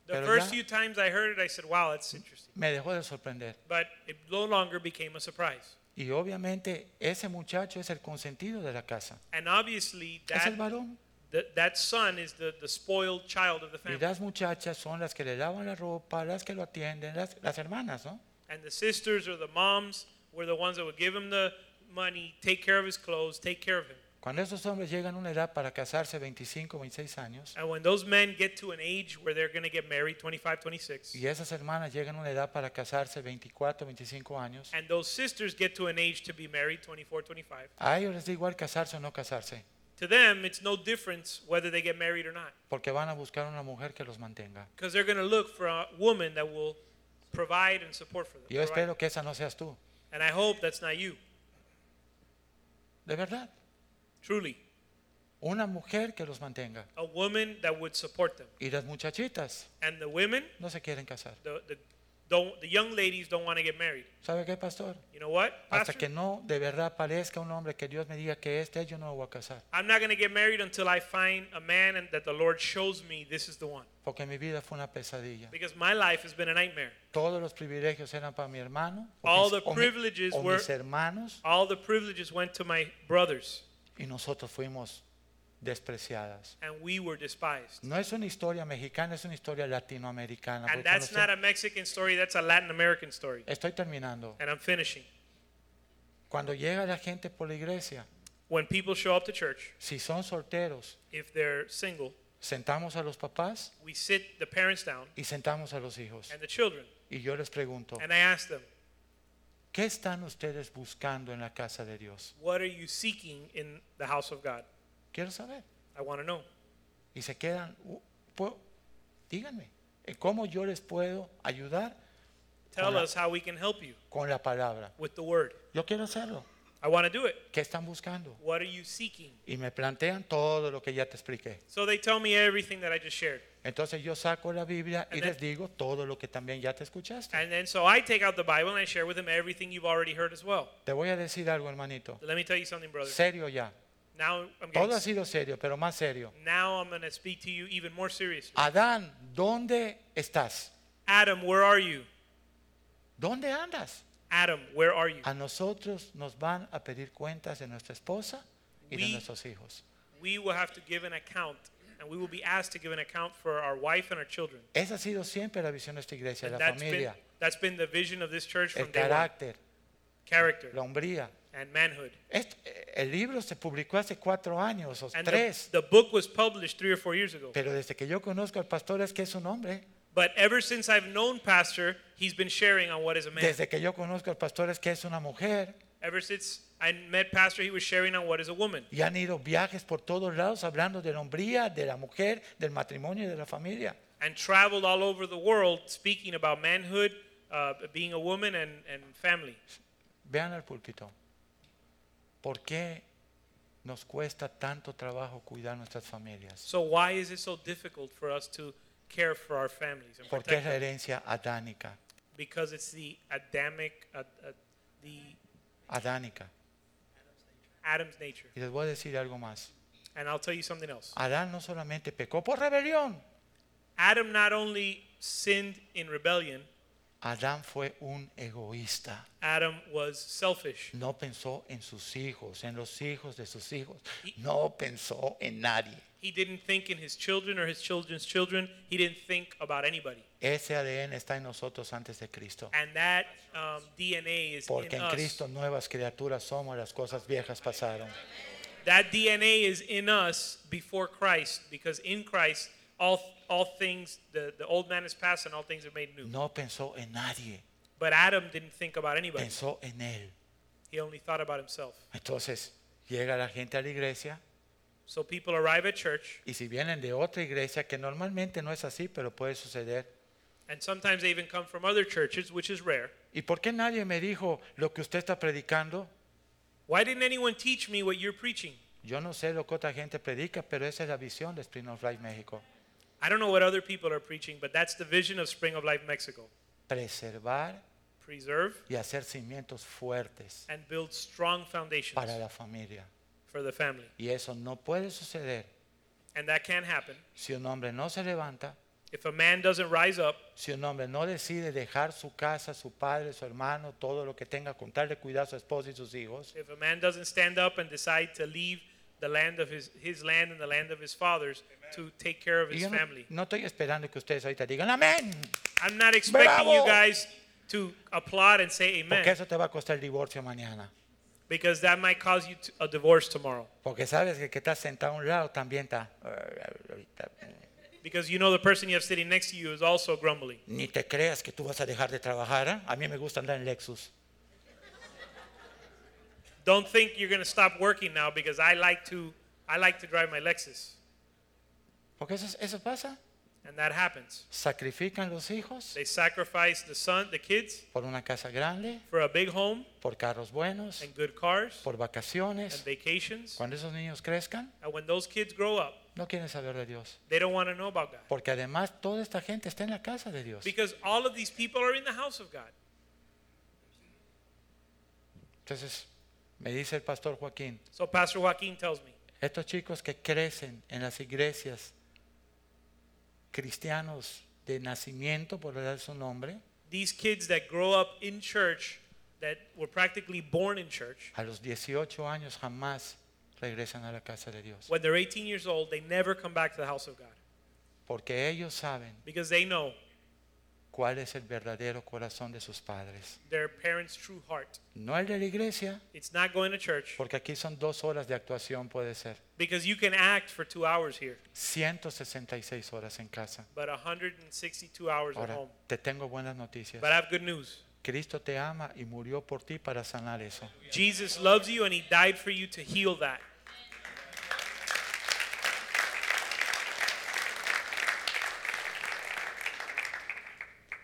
[SPEAKER 4] The
[SPEAKER 3] Pero
[SPEAKER 4] first
[SPEAKER 3] ya-
[SPEAKER 4] few times I heard it, I said, wow, that's interesting.
[SPEAKER 3] me dejó de sorprender.
[SPEAKER 4] But it no longer became a surprise.
[SPEAKER 3] Y obviamente ese muchacho es el consentido de la casa.
[SPEAKER 4] And obviously,
[SPEAKER 3] es
[SPEAKER 4] that,
[SPEAKER 3] el varón.
[SPEAKER 4] th- that son is the, the spoiled child of
[SPEAKER 3] Y
[SPEAKER 4] the family.
[SPEAKER 3] las muchachas son las que le lavan la ropa, las que lo atienden, las, las hermanas, ¿no?
[SPEAKER 4] And the sisters or the moms were the ones that would give him the money, take care of his clothes, take care of him.
[SPEAKER 3] Cuando esos hombres llegan a una edad para casarse, 25, 26 años,
[SPEAKER 4] And when those men get to an age where they're going to get married, 25, 26,
[SPEAKER 3] y esas hermanas llegan a una edad para casarse, 24, 25 años,
[SPEAKER 4] and those sisters get to an age to be married, 24, 25,
[SPEAKER 3] a ellos les da igual casarse o no casarse,
[SPEAKER 4] to them it's no difference whether they get married or not
[SPEAKER 3] porque van a buscar una mujer que los mantenga.
[SPEAKER 4] because they're going to look for a woman that will provide and support for them.
[SPEAKER 3] Y yo
[SPEAKER 4] provide.
[SPEAKER 3] espero que esa no seas tú,
[SPEAKER 4] And I hope that's not you,
[SPEAKER 3] de verdad,
[SPEAKER 4] truly.
[SPEAKER 3] una mujer que los mantenga.
[SPEAKER 4] A woman that would support them.
[SPEAKER 3] Y las muchachitas
[SPEAKER 4] And the women,
[SPEAKER 3] no se quieren casar.
[SPEAKER 4] the, the, don't, the young ladies don't want to get married.
[SPEAKER 3] ¿Sabe qué, pastor?
[SPEAKER 4] You know what?
[SPEAKER 3] Hasta
[SPEAKER 4] Pastor?
[SPEAKER 3] que no de verdad parezca un hombre que Dios me diga que este es, yo no lo voy a casar,
[SPEAKER 4] I'm not going to get married until I find a man and that the Lord shows me this is the one.
[SPEAKER 3] porque mi vida fue una pesadilla.
[SPEAKER 4] Because my life has been a nightmare.
[SPEAKER 3] Todos los privilegios eran para mi hermano o,
[SPEAKER 4] All
[SPEAKER 3] mis,
[SPEAKER 4] the
[SPEAKER 3] o mi-
[SPEAKER 4] privileges
[SPEAKER 3] o
[SPEAKER 4] were-
[SPEAKER 3] mis hermanos
[SPEAKER 4] All the privileges went to my brothers,
[SPEAKER 3] y nosotros fuimos despreciadas.
[SPEAKER 4] and we were despised.
[SPEAKER 3] No es una historia mexicana, es una historia latinoamericana.
[SPEAKER 4] And
[SPEAKER 3] porque
[SPEAKER 4] that's
[SPEAKER 3] cuando
[SPEAKER 4] not
[SPEAKER 3] se-
[SPEAKER 4] a Mexican story, that's a Latin American story.
[SPEAKER 3] Estoy terminando.
[SPEAKER 4] And I'm finishing.
[SPEAKER 3] Cuando llega la gente por la iglesia,
[SPEAKER 4] When people show up to church,
[SPEAKER 3] si son solteros,
[SPEAKER 4] if they're single,
[SPEAKER 3] sentamos a los papás
[SPEAKER 4] we sit the parents down
[SPEAKER 3] y sentamos a los hijos.
[SPEAKER 4] and the children.
[SPEAKER 3] Y yo les pregunto,
[SPEAKER 4] And I ask them,
[SPEAKER 3] ¿qué están ustedes buscando en la casa de Dios?
[SPEAKER 4] What are you seeking in the house of God?
[SPEAKER 3] Quiero saber.
[SPEAKER 4] I want to know.
[SPEAKER 3] Y se quedan, "Uh, pues, díganme, eh, cómo yo les puedo ayudar
[SPEAKER 4] Tell
[SPEAKER 3] Hola.
[SPEAKER 4] us how we can help you
[SPEAKER 3] con la palabra.
[SPEAKER 4] with the word.
[SPEAKER 3] Yo quiero hacerlo.
[SPEAKER 4] I want to do it.
[SPEAKER 3] ¿Qué están buscando?
[SPEAKER 4] What are you seeking?
[SPEAKER 3] Y me plantean todo lo que ya te expliqué.
[SPEAKER 4] So they tell me everything that I just shared.
[SPEAKER 3] Entonces yo saco la Biblia y
[SPEAKER 4] And
[SPEAKER 3] les
[SPEAKER 4] then-
[SPEAKER 3] digo todo lo que también ya te escuchaste.
[SPEAKER 4] And then so I take out the Bible and I share with them everything you've already heard as well.
[SPEAKER 3] Te voy a decir algo, hermanito.
[SPEAKER 4] Let me tell you something, brother.
[SPEAKER 3] Serio ya.
[SPEAKER 4] Now I'm
[SPEAKER 3] Todo ha
[SPEAKER 4] getting,
[SPEAKER 3] sido serio, pero más serio.
[SPEAKER 4] now I'm going to speak to you even more seriously.
[SPEAKER 3] Adán, ¿dónde estás?
[SPEAKER 4] Adam, where are you?
[SPEAKER 3] ¿Dónde andas?
[SPEAKER 4] Adam, where are you?
[SPEAKER 3] A nosotros nos van a pedir cuentas de nuestra esposa y de
[SPEAKER 4] We-
[SPEAKER 3] nuestros hijos.
[SPEAKER 4] We will have to give an account, and we will be asked to give an account for our wife and our children.
[SPEAKER 3] Esa ha sido siempre la visión de esta iglesia,
[SPEAKER 4] And
[SPEAKER 3] la
[SPEAKER 4] that's been,
[SPEAKER 3] familia,
[SPEAKER 4] that's been the vision of this church from
[SPEAKER 3] el
[SPEAKER 4] day one.
[SPEAKER 3] carácter,
[SPEAKER 4] Character
[SPEAKER 3] la hombría.
[SPEAKER 4] and manhood.
[SPEAKER 3] Este- el libro se publicó hace cuatro años o
[SPEAKER 4] And the,
[SPEAKER 3] tres,
[SPEAKER 4] the book was published three or four years ago.
[SPEAKER 3] pero desde que yo conozco al pastor es que es un hombre.
[SPEAKER 4] But ever since I've known Pastor, he's been sharing on what is a man.
[SPEAKER 3] Desde que yo conozco al pastor es que es una mujer.
[SPEAKER 4] Ever since I met Pastor, he was sharing on what is a woman.
[SPEAKER 3] Y han ido viajes por todos lados hablando de la hombría, de la mujer, del matrimonio y de la familia.
[SPEAKER 4] And traveled all over the world speaking about manhood, uh, being a woman, and, and family.
[SPEAKER 3] Vean al púlpito. ¿Por qué nos cuesta tanto trabajo cuidar nuestras familias?
[SPEAKER 4] So why is it so difficult for us to care for our families and
[SPEAKER 3] Porque
[SPEAKER 4] protect
[SPEAKER 3] es la
[SPEAKER 4] them?
[SPEAKER 3] herencia adánica.
[SPEAKER 4] Because it's the Adamic, uh, uh, the
[SPEAKER 3] Adánica.
[SPEAKER 4] Adam's nature.
[SPEAKER 3] Y les voy a decir algo más.
[SPEAKER 4] And I'll tell you something else.
[SPEAKER 3] Adán no solamente pecó por rebelión.
[SPEAKER 4] Adam not only sinned in rebellion,
[SPEAKER 3] Adán fue un egoísta.
[SPEAKER 4] Adam was selfish.
[SPEAKER 3] No pensó en sus hijos, en los hijos de sus hijos. No pensó en nadie.
[SPEAKER 4] He didn't think in his children or his children's children. He didn't think about anybody.
[SPEAKER 3] Ese ADN está en nosotros antes de Cristo.
[SPEAKER 4] And that um, DNA is
[SPEAKER 3] Porque
[SPEAKER 4] in
[SPEAKER 3] en
[SPEAKER 4] us.
[SPEAKER 3] Cristo nuevas criaturas somos, las cosas viejas pasaron.
[SPEAKER 4] That DNA is in us before Christ, because in Christ, all all things, the, the old man is passed and all things are made new.
[SPEAKER 3] No pensó en nadie,
[SPEAKER 4] But Adam didn't think about anybody.
[SPEAKER 3] pensó en Él.
[SPEAKER 4] He only thought about himself.
[SPEAKER 3] Entonces llega la gente a la iglesia
[SPEAKER 4] So people arrive at church,
[SPEAKER 3] y si vienen de otra iglesia, que normalmente no es así, pero puede suceder.
[SPEAKER 4] and sometimes they even come from other churches, which is rare.
[SPEAKER 3] ¿Y por qué nadie me dijo lo que usted está predicando?
[SPEAKER 4] Why didn't anyone teach me what you're preaching?
[SPEAKER 3] Yo no sé lo que otra gente predica, pero esa es la visión de Spring of Life México.
[SPEAKER 4] I don't know what other people are preaching, but that's the vision of Spring of Life Mexico.
[SPEAKER 3] Preservar
[SPEAKER 4] Preserve
[SPEAKER 3] y hacer cimientos fuertes
[SPEAKER 4] and build strong foundations
[SPEAKER 3] para la familia.
[SPEAKER 4] for the family.
[SPEAKER 3] Y eso no puede suceder
[SPEAKER 4] And that can happen.
[SPEAKER 3] si un hombre no se levanta
[SPEAKER 4] If a man doesn't rise up,
[SPEAKER 3] Si un hombre no decide dejar su casa, su padre, su hermano, todo lo que tenga con tal de cuidar a su esposa y sus hijos,
[SPEAKER 4] if a man doesn't stand up and decide to leave the land of his, his land and the land of his fathers to take care of
[SPEAKER 3] y
[SPEAKER 4] his
[SPEAKER 3] yo no,
[SPEAKER 4] family.
[SPEAKER 3] no estoy esperando que ustedes ahorita digan amén,
[SPEAKER 4] I'm not expecting
[SPEAKER 3] Bravo!
[SPEAKER 4] you guys to applaud and say amen
[SPEAKER 3] porque eso te va a costar el divorcio mañana.
[SPEAKER 4] because that might cause you to, a divorce tomorrow.
[SPEAKER 3] Porque sabes que el que está sentado a un lado también está. "Ay, ahorita, mm".
[SPEAKER 4] Because you know the person you have sitting next to you is also grumbling.
[SPEAKER 3] Ni te creas que tú vas a dejar de trabajar. ¿eh? A mí me gusta andar en Lexus.
[SPEAKER 4] Don't think you're going to stop working now because I like to I like to drive my Lexus
[SPEAKER 3] Porque eso, es- eso pasa.
[SPEAKER 4] and that happens.
[SPEAKER 3] Sacrifican los hijos
[SPEAKER 4] They sacrifice the son, the kids
[SPEAKER 3] por una casa grande,
[SPEAKER 4] for a big home
[SPEAKER 3] por carros buenos,
[SPEAKER 4] and good cars
[SPEAKER 3] por
[SPEAKER 4] and
[SPEAKER 3] vacaciones.
[SPEAKER 4] vacations.
[SPEAKER 3] Cuando esos niños crezcan,
[SPEAKER 4] And when those kids grow up,
[SPEAKER 3] no quieren saber de Dios.
[SPEAKER 4] they don't want to know about God
[SPEAKER 3] Porque además toda esta gente está en la casa de Dios.
[SPEAKER 4] because all of these people are in the house of God.
[SPEAKER 3] Entonces, me dice el pastor Joaquín,
[SPEAKER 4] So Pastor Joaquin tells me
[SPEAKER 3] estos chicos que crecen en las iglesias cristianos de nacimiento, por dar su nombre,
[SPEAKER 4] these kids that grow up in church that were practically born in church
[SPEAKER 3] a los 18 años jamás regresan a la casa de Dios.
[SPEAKER 4] when they're 18 years old they never come back to the house of God
[SPEAKER 3] Porque ellos saben
[SPEAKER 4] because they know
[SPEAKER 3] cuál es el verdadero corazón de sus padres.
[SPEAKER 4] their parents' true heart.
[SPEAKER 3] No el de la iglesia,
[SPEAKER 4] It's not going to church
[SPEAKER 3] porque aquí son dos horas de actuación, puede ser.
[SPEAKER 4] because you can act for 2 hours here
[SPEAKER 3] 166 horas en casa.
[SPEAKER 4] but 162 hours at
[SPEAKER 3] Ahora,
[SPEAKER 4] home.
[SPEAKER 3] te tengo buenas noticias.
[SPEAKER 4] But I have good news.
[SPEAKER 3] Cristo te ama y murió por ti para sanar eso.
[SPEAKER 4] Jesus loves you and he died for you to heal that.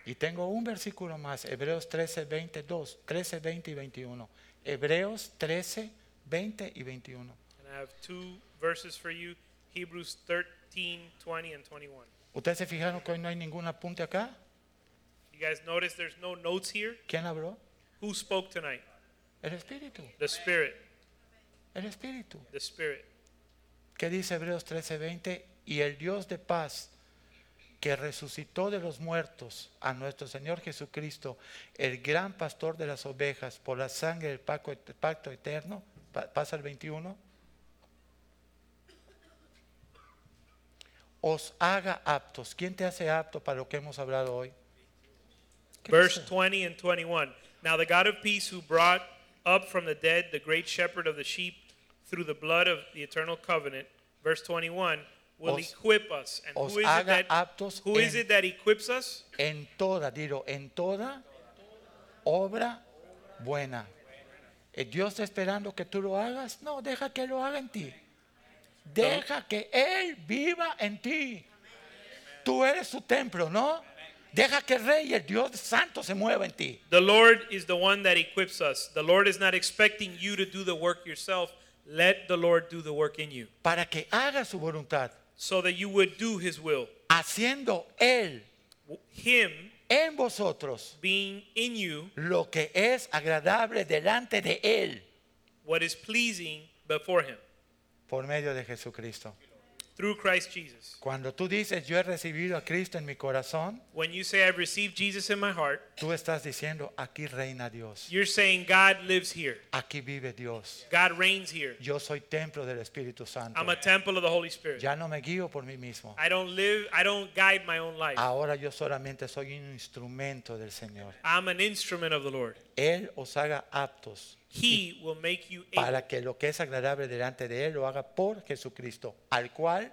[SPEAKER 3] Y tengo un versículo más, Hebreos 13, 22, 13, 20 y 21. Hebreos 13, 20 y 21.
[SPEAKER 4] And I have two verses for you Hebrews 13, 20, and 21.
[SPEAKER 3] ¿Ustedes se fijaron que hoy no hay ningún apunte acá?
[SPEAKER 4] You guys notice there's no notes here?
[SPEAKER 3] ¿Quién habló?
[SPEAKER 4] Who spoke tonight?
[SPEAKER 3] El Espíritu,
[SPEAKER 4] The Spirit.
[SPEAKER 3] el Espíritu.
[SPEAKER 4] The Spirit.
[SPEAKER 3] ¿Qué dice Hebreos 13, 20? Y el Dios de paz que resucitó de los muertos a nuestro Señor Jesucristo, el gran pastor de las ovejas, por la sangre del pacto, pacto eterno, pa- pasa el 21, os haga aptos. ¿Quién te hace apto para lo que hemos hablado hoy? ¿Qué
[SPEAKER 4] Verse
[SPEAKER 3] dice?
[SPEAKER 4] 20 and 21. Now the God of peace who brought up from the dead the great shepherd of the sheep through the blood of the eternal covenant, verse 21, will
[SPEAKER 3] Os-
[SPEAKER 4] equip us. And
[SPEAKER 3] os
[SPEAKER 4] who is,
[SPEAKER 3] haga
[SPEAKER 4] it that,
[SPEAKER 3] aptos
[SPEAKER 4] who is
[SPEAKER 3] en-
[SPEAKER 4] it that equips us?
[SPEAKER 3] En toda, digo, en toda obra buena. Eh, Dios está esperando que tú lo hagas. No, deja que lo haga en ti. Deja que Él viva en ti. Tú eres su templo, ¿no? Deja que el Rey, el Dios Santo, se mueva en ti.
[SPEAKER 4] The Lord is the one that equips us. The Lord is not expecting you to do the work yourself. Let the Lord do the work in you
[SPEAKER 3] Para que haga su voluntad.
[SPEAKER 4] so that you would do his will.
[SPEAKER 3] Haciendo Él
[SPEAKER 4] Him
[SPEAKER 3] en vosotros
[SPEAKER 4] being in you
[SPEAKER 3] lo que es agradable delante de Él
[SPEAKER 4] what is pleasing before him
[SPEAKER 3] por medio de Jesucristo.
[SPEAKER 4] through Christ Jesus.
[SPEAKER 3] Cuando tú dices, yo he recibido a Cristo en mi corazón,
[SPEAKER 4] When you say, I've received Jesus in my heart,
[SPEAKER 3] Tú estás diciendo, aquí reina Dios,
[SPEAKER 4] you're saying, God lives here.
[SPEAKER 3] aquí vive Dios.
[SPEAKER 4] God reigns here.
[SPEAKER 3] Yo soy templo del Espíritu Santo.
[SPEAKER 4] I'm a temple of the Holy Spirit.
[SPEAKER 3] Ya no me guío por mí mismo.
[SPEAKER 4] I don't live, I don't guide my own life.
[SPEAKER 3] Ahora yo solamente soy un instrumento del Señor.
[SPEAKER 4] I'm an instrument of the Lord.
[SPEAKER 3] Él os haga aptos
[SPEAKER 4] He will make you able
[SPEAKER 3] para que lo que es agradable delante de Él lo haga por Jesucristo, al cual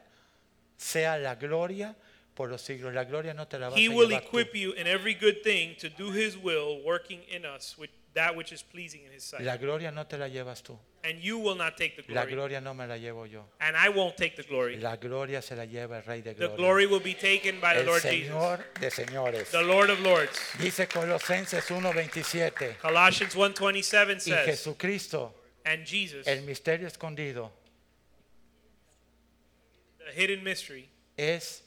[SPEAKER 3] sea la gloria por los siglos. La gloria no te la vas
[SPEAKER 4] He
[SPEAKER 3] a
[SPEAKER 4] will
[SPEAKER 3] llevar tú.
[SPEAKER 4] equip you in every good thing to do His will, working in us with that which is pleasing in His sight.
[SPEAKER 3] La gloria no te la llevas tú.
[SPEAKER 4] and you will not take the
[SPEAKER 3] La
[SPEAKER 4] glory,
[SPEAKER 3] gloria no me la llevo yo.
[SPEAKER 4] and I won't take the glory.
[SPEAKER 3] La gloria se la lleva el Rey de
[SPEAKER 4] the
[SPEAKER 3] Gloria.
[SPEAKER 4] glory will be taken by the
[SPEAKER 3] el
[SPEAKER 4] Lord
[SPEAKER 3] Señor de señores.
[SPEAKER 4] Jesus, the Lord of Lords.
[SPEAKER 3] Dice Colosenses 1:27,
[SPEAKER 4] Colossians 1:27
[SPEAKER 3] y
[SPEAKER 4] says,
[SPEAKER 3] Jesucristo,
[SPEAKER 4] "And Jesus,
[SPEAKER 3] el misterio escondido,
[SPEAKER 4] the hidden mystery,
[SPEAKER 3] es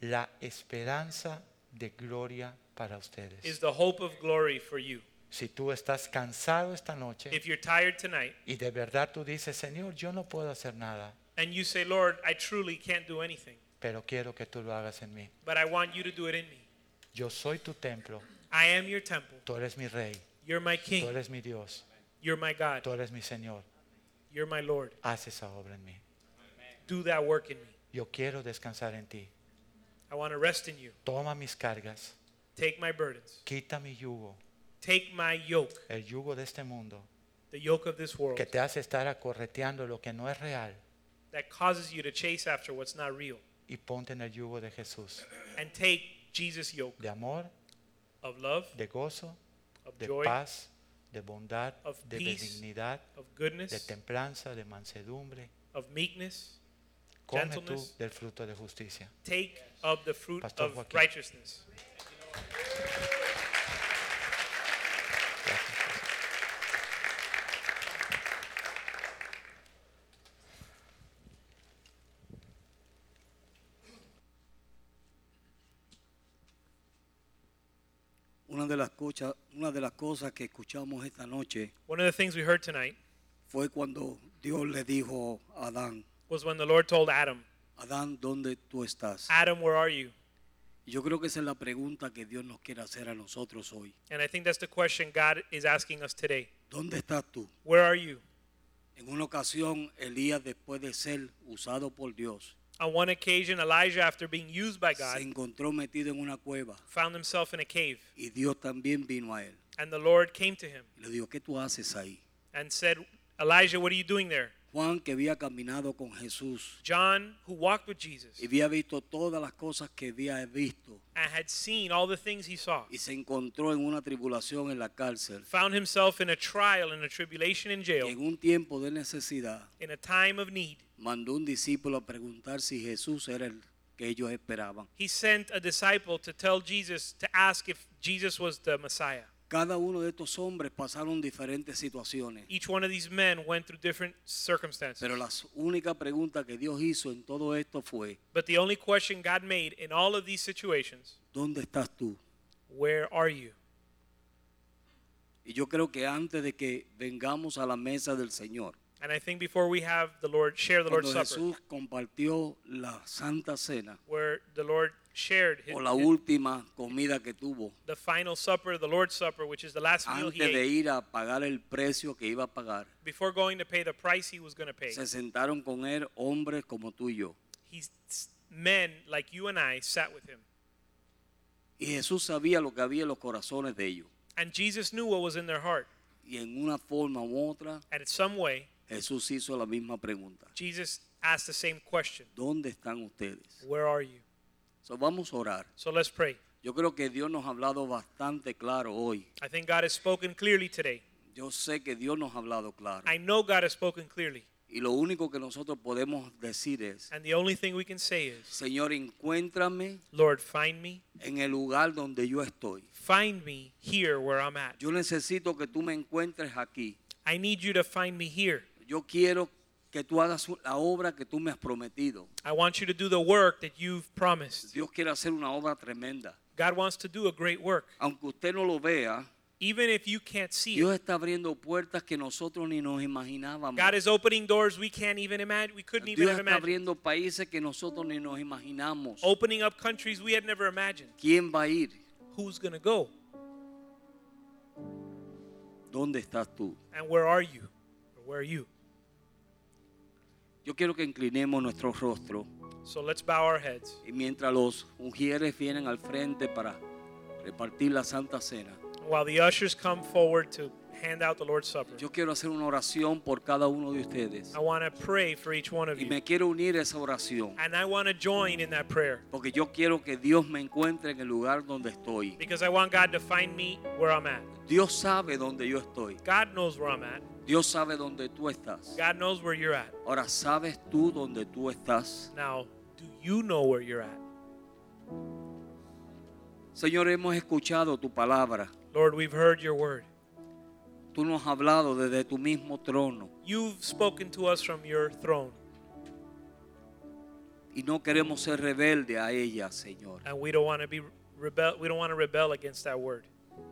[SPEAKER 3] la esperanza de gloria para
[SPEAKER 4] is
[SPEAKER 3] ustedes.
[SPEAKER 4] the hope of glory for you."
[SPEAKER 3] Si tú estás cansado esta noche
[SPEAKER 4] If you're tired tonight
[SPEAKER 3] y de verdad tú dices, Señor, yo no puedo hacer nada,
[SPEAKER 4] and you say, "Lord, I truly can't do anything,
[SPEAKER 3] pero quiero que tú lo hagas en mí.
[SPEAKER 4] but I want you to do it in me.
[SPEAKER 3] Yo soy tu templo,
[SPEAKER 4] I am your temple.
[SPEAKER 3] tú eres mi rey,
[SPEAKER 4] You're my
[SPEAKER 3] tú
[SPEAKER 4] king.
[SPEAKER 3] eres mi Dios,
[SPEAKER 4] You're my God.
[SPEAKER 3] tú eres mi Señor.
[SPEAKER 4] You're my Lord.
[SPEAKER 3] Haz esa obra en mí.
[SPEAKER 4] Do that work in me.
[SPEAKER 3] Yo quiero descansar en ti.
[SPEAKER 4] I want to rest in you.
[SPEAKER 3] Toma mis cargas,
[SPEAKER 4] Take my burdens.
[SPEAKER 3] quita mi yugo,
[SPEAKER 4] Take my yoke,
[SPEAKER 3] el yugo de este mundo.
[SPEAKER 4] the yoke of this world
[SPEAKER 3] que te hace estar acorreteando lo que no es real
[SPEAKER 4] that causes you to chase after what's not real,
[SPEAKER 3] y ponte en el yugo de Jesús,
[SPEAKER 4] and take Jesus' yoke
[SPEAKER 3] de amor,
[SPEAKER 4] of love,
[SPEAKER 3] de gozo,
[SPEAKER 4] of
[SPEAKER 3] de
[SPEAKER 4] joy,
[SPEAKER 3] paz, de bondad,
[SPEAKER 4] of
[SPEAKER 3] de
[SPEAKER 4] peace,
[SPEAKER 3] benignidad,
[SPEAKER 4] of
[SPEAKER 3] de
[SPEAKER 4] goodness,
[SPEAKER 3] templanza, de mansedumbre.
[SPEAKER 4] of meekness.
[SPEAKER 3] Come tú
[SPEAKER 4] Gentleness.
[SPEAKER 3] del fruto de justicia.
[SPEAKER 4] Take of the fruit
[SPEAKER 3] Pastor
[SPEAKER 4] of
[SPEAKER 3] Joaquin.
[SPEAKER 4] righteousness.
[SPEAKER 3] Gracias, Jesús.
[SPEAKER 5] Una de, las cocha- una de las cosas que escuchamos esta noche
[SPEAKER 4] One of the things we heard tonight
[SPEAKER 5] fue cuando Dios le dijo a Adán,
[SPEAKER 4] was when the Lord told Adam,
[SPEAKER 5] Adán, ¿dónde tú estás?
[SPEAKER 4] Adam, where are you?
[SPEAKER 5] Y Yo creo que esa es la pregunta que Dios nos quiere hacer a nosotros hoy.
[SPEAKER 4] And I think that's the question God is asking us today.
[SPEAKER 5] ¿Dónde estás tú?
[SPEAKER 4] Where are you?
[SPEAKER 5] En una ocasión, Elías, después de ser usado por Dios,
[SPEAKER 4] On one occasion, Elijah, after being used by
[SPEAKER 5] se
[SPEAKER 4] God,
[SPEAKER 5] encontró metido en una cueva
[SPEAKER 4] found himself in a cave,
[SPEAKER 5] y Dios también vino a él.
[SPEAKER 4] and the Lord came to him
[SPEAKER 5] Y le dijo, ¿qué tú haces ahí?
[SPEAKER 4] and said, Elijah, what are you doing there?
[SPEAKER 5] Juan, que había caminado con Jesús
[SPEAKER 4] John, who walked with Jesus
[SPEAKER 5] y había visto todas las cosas que había visto
[SPEAKER 4] and had seen all the things he saw,
[SPEAKER 5] y se encontró en una tribulación en la cárcel,
[SPEAKER 4] found himself in a trial and a tribulation in
[SPEAKER 5] y
[SPEAKER 4] jail,
[SPEAKER 5] en un tiempo de necesidad,
[SPEAKER 4] in a time of need,
[SPEAKER 5] mandó un discípulo a preguntar si Jesús era el que ellos esperaban.
[SPEAKER 4] He sent a disciple to tell Jesus, to ask if Jesus was the Messiah.
[SPEAKER 5] Cada uno de estos hombres pasaron diferentes situaciones,
[SPEAKER 4] Each one of these men went through different circumstances.
[SPEAKER 5] pero la única pregunta que Dios hizo en todo esto fue,
[SPEAKER 4] But the only question God made in all of these situations,
[SPEAKER 5] ¿dónde estás tú?
[SPEAKER 4] where are you?
[SPEAKER 5] Y yo creo que antes de que vengamos a la mesa del Señor,
[SPEAKER 4] And I think before we have the Lord share the Lord's
[SPEAKER 5] cuando
[SPEAKER 4] Supper,
[SPEAKER 5] Jesús compartió la Santa Cena
[SPEAKER 4] where the Lord shared his,
[SPEAKER 5] o la última comida que tuvo
[SPEAKER 4] the final supper, the Lord's Supper, which is the last meal he
[SPEAKER 5] antes de
[SPEAKER 4] ate,
[SPEAKER 5] ir a pagar el precio que iba a pagar,
[SPEAKER 4] before going to pay the price he was going to pay,
[SPEAKER 5] se sentaron con él hombres como tú y yo.
[SPEAKER 4] he's, men like you and I sat with him.
[SPEAKER 5] Y Jesús sabía lo que había en los corazones de ellos.
[SPEAKER 4] And Jesus knew what was in their heart.
[SPEAKER 5] Y en una forma u otra,
[SPEAKER 4] And in some way,
[SPEAKER 5] Jesús hizo la misma pregunta.
[SPEAKER 4] Jesus asked the same question
[SPEAKER 5] ¿Dónde están ustedes?
[SPEAKER 4] Where are you?
[SPEAKER 5] So, vamos a orar.
[SPEAKER 4] So let's pray.
[SPEAKER 5] Yo creo que Dios nos ha hablado bastante claro hoy.
[SPEAKER 4] I think God has spoken clearly today.
[SPEAKER 5] Yo sé que Dios nos ha hablado claro.
[SPEAKER 4] I know God has spoken clearly.
[SPEAKER 5] Y lo único que nosotros podemos decir es,
[SPEAKER 4] And the only thing we can say is,
[SPEAKER 5] Señor, encuéntrame
[SPEAKER 4] Lord, find me.
[SPEAKER 5] en el lugar donde yo estoy.
[SPEAKER 4] Find me here where I'm at.
[SPEAKER 5] Yo necesito que tú me encuentres aquí.
[SPEAKER 4] I need you to find me here.
[SPEAKER 5] Yo quiero que tú hagas la obra que tú me has prometido.
[SPEAKER 4] I want you to do the work that you've promised.
[SPEAKER 5] Dios quiere hacer una obra tremenda.
[SPEAKER 4] God wants to do a great work.
[SPEAKER 5] Aunque usted no lo vea,
[SPEAKER 4] Even if you can't see
[SPEAKER 5] Dios
[SPEAKER 4] it,
[SPEAKER 5] está abriendo puertas que nosotros ni nos imaginábamos.
[SPEAKER 4] God is opening doors we can't even imagine. We couldn't even
[SPEAKER 5] Dios
[SPEAKER 4] have
[SPEAKER 5] está
[SPEAKER 4] imagined.
[SPEAKER 5] abriendo países que nosotros ni nos imaginamos.
[SPEAKER 4] Opening up countries we had never imagined.
[SPEAKER 5] ¿Quién va a ir?
[SPEAKER 4] Who's going to go?
[SPEAKER 5] ¿Dónde estás tú?
[SPEAKER 4] And where are you? Or where are you?
[SPEAKER 5] Yo quiero que inclinemos nuestro rostro
[SPEAKER 4] So let's bow our heads.
[SPEAKER 5] y mientras los ungieres vienen al frente para repartir la Santa Cena,
[SPEAKER 4] While the ushers come forward to hand out the Lord's Supper,
[SPEAKER 5] yo quiero hacer una oración por cada uno de ustedes.
[SPEAKER 4] I want to pray for each one of
[SPEAKER 5] Y
[SPEAKER 4] you.
[SPEAKER 5] me quiero unir a esa oración
[SPEAKER 4] And I want to join in that prayer
[SPEAKER 5] porque yo quiero que Dios me encuentre en el lugar donde estoy.
[SPEAKER 4] because I want God to find me where I'm at.
[SPEAKER 5] Dios sabe dónde yo estoy.
[SPEAKER 4] God knows where I'm at.
[SPEAKER 5] Dios sabe dónde tú estás.
[SPEAKER 4] God knows where you're at.
[SPEAKER 5] Ahora, ¿sabes tú dónde tú estás?
[SPEAKER 4] Now, do you know where you're at?
[SPEAKER 5] Señor, hemos escuchado tu palabra.
[SPEAKER 4] Lord, we've heard your word.
[SPEAKER 5] Tú nos has hablado desde tu mismo trono
[SPEAKER 4] You've spoken to us from your throne,
[SPEAKER 5] y no queremos ser rebelde a ella, Señor.
[SPEAKER 4] and we don't want to be rebel we don't want to rebel against that word.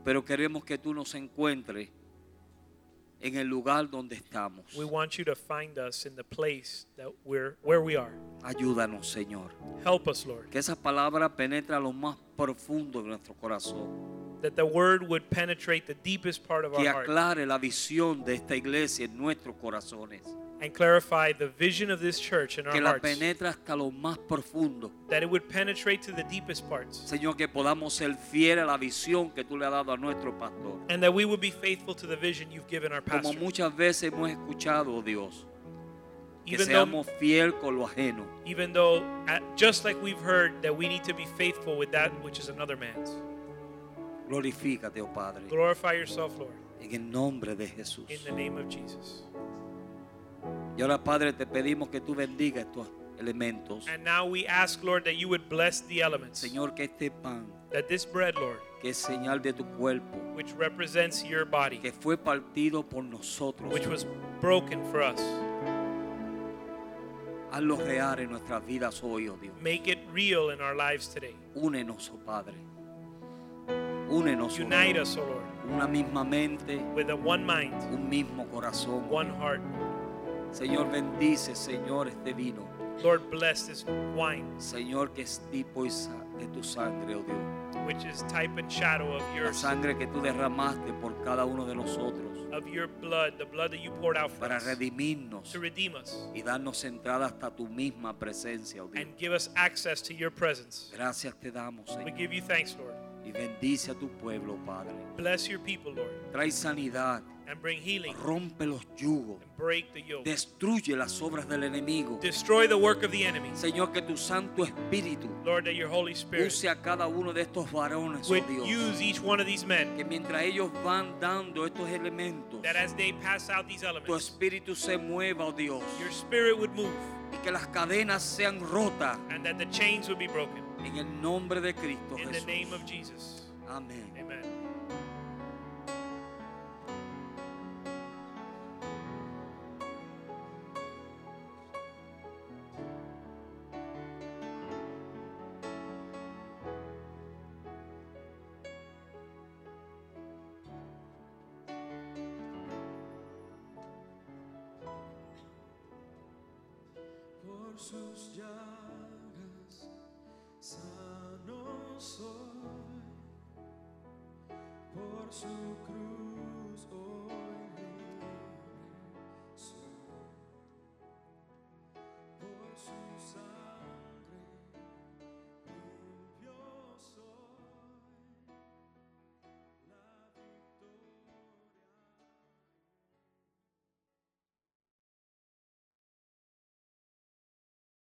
[SPEAKER 5] Pero queremos que tú nos encuentres en el lugar donde estamos.
[SPEAKER 4] We want you to find us in the place that we're where we are.
[SPEAKER 5] Ayúdanos, Señor.
[SPEAKER 4] Help us, Lord,
[SPEAKER 5] Que esa palabra penetre a lo más profundo de nuestro corazón.
[SPEAKER 4] that the word would penetrate the deepest part of our
[SPEAKER 5] Que
[SPEAKER 4] heart
[SPEAKER 5] aclare la visión de esta iglesia en nuestros corazones.
[SPEAKER 4] and clarify the vision of this church in our
[SPEAKER 5] Que la
[SPEAKER 4] hearts.
[SPEAKER 5] penetre hasta lo más profundo.
[SPEAKER 4] That it would penetrate to the deepest parts
[SPEAKER 5] Señor, que podamos ser fieles a la visión que tú le has dado a nuestro pastor.
[SPEAKER 4] and that we would be faithful to the vision you've given our
[SPEAKER 5] Como
[SPEAKER 4] pastor.
[SPEAKER 5] muchas veces hemos escuchado, Dios, que
[SPEAKER 4] Even though
[SPEAKER 5] seamos fiel con lo ajeno.
[SPEAKER 4] even though at, just like we've heard that we need to be faithful with that which is another man's.
[SPEAKER 5] Glorifícate, oh Padre,
[SPEAKER 4] Glorify yourself, Lord,
[SPEAKER 5] en el nombre de Jesús.
[SPEAKER 4] in the name of Jesus.
[SPEAKER 5] Y ahora, Padre, te pedimos que tú bendiga estos elementos.
[SPEAKER 4] And now we ask, Lord, that you would bless the elements.
[SPEAKER 5] Señor, que este pan,
[SPEAKER 4] That this bread, Lord,
[SPEAKER 5] que es señal de tu cuerpo,
[SPEAKER 4] which represents your body,
[SPEAKER 5] que fue partido por nosotros,
[SPEAKER 4] which was broken for us,
[SPEAKER 5] hazlo real en nuestras vidas hoy, oh Dios.
[SPEAKER 4] make it real in our lives today.
[SPEAKER 5] Únenos, oh Padre. Únenos, oh
[SPEAKER 4] Unite us,
[SPEAKER 5] Dios.
[SPEAKER 4] O Lord,
[SPEAKER 5] una misma mente,
[SPEAKER 4] with a one mind,
[SPEAKER 5] un mismo corazón.
[SPEAKER 4] one heart.
[SPEAKER 5] Señor, bendice, Señor, este vino.
[SPEAKER 4] Lord, bless this wine,
[SPEAKER 5] Señor, que es tipo y sa- de tu sangre, oh Dios.
[SPEAKER 4] which is type and shadow of
[SPEAKER 5] La
[SPEAKER 4] your,
[SPEAKER 5] sangre que tú derramaste por cada uno de nosotros
[SPEAKER 4] of your blood, the blood that you poured out for
[SPEAKER 5] para
[SPEAKER 4] us
[SPEAKER 5] redimirnos
[SPEAKER 4] to redeem us
[SPEAKER 5] y darnos entrada hasta tu misma presencia, oh Dios.
[SPEAKER 4] and give us access to your presence.
[SPEAKER 5] Gracias te damos,
[SPEAKER 4] We
[SPEAKER 5] Señor.
[SPEAKER 4] give you thanks, Lord.
[SPEAKER 5] Y bendice a tu pueblo, Padre.
[SPEAKER 4] Bless your people, Lord,
[SPEAKER 5] Trae sanidad,
[SPEAKER 4] and bring healing
[SPEAKER 5] Rompe los yugos.
[SPEAKER 4] and break the yoke.
[SPEAKER 5] Destruye las obras del enemigo.
[SPEAKER 4] Destroy the work of the enemy.
[SPEAKER 5] Señor, que tu Santo Espíritu
[SPEAKER 4] Lord, that your Holy Spirit
[SPEAKER 5] use a cada uno de estos varones, oh
[SPEAKER 4] would
[SPEAKER 5] Dios.
[SPEAKER 4] use each one of these men,
[SPEAKER 5] Que mientras ellos van dando estos elementos,
[SPEAKER 4] that as they pass out these
[SPEAKER 5] tu
[SPEAKER 4] elements,
[SPEAKER 5] Espíritu se mueva, oh Dios.
[SPEAKER 4] your spirit would move
[SPEAKER 5] Y que las cadenas sean rotas
[SPEAKER 4] and that the chains would be broken.
[SPEAKER 5] en el nombre de Cristo
[SPEAKER 4] In the name of
[SPEAKER 5] Oh, Jesús.
[SPEAKER 4] Jesus.
[SPEAKER 5] Amén.
[SPEAKER 4] Amen.
[SPEAKER 6] por sus llagas sano soy, por su cruz.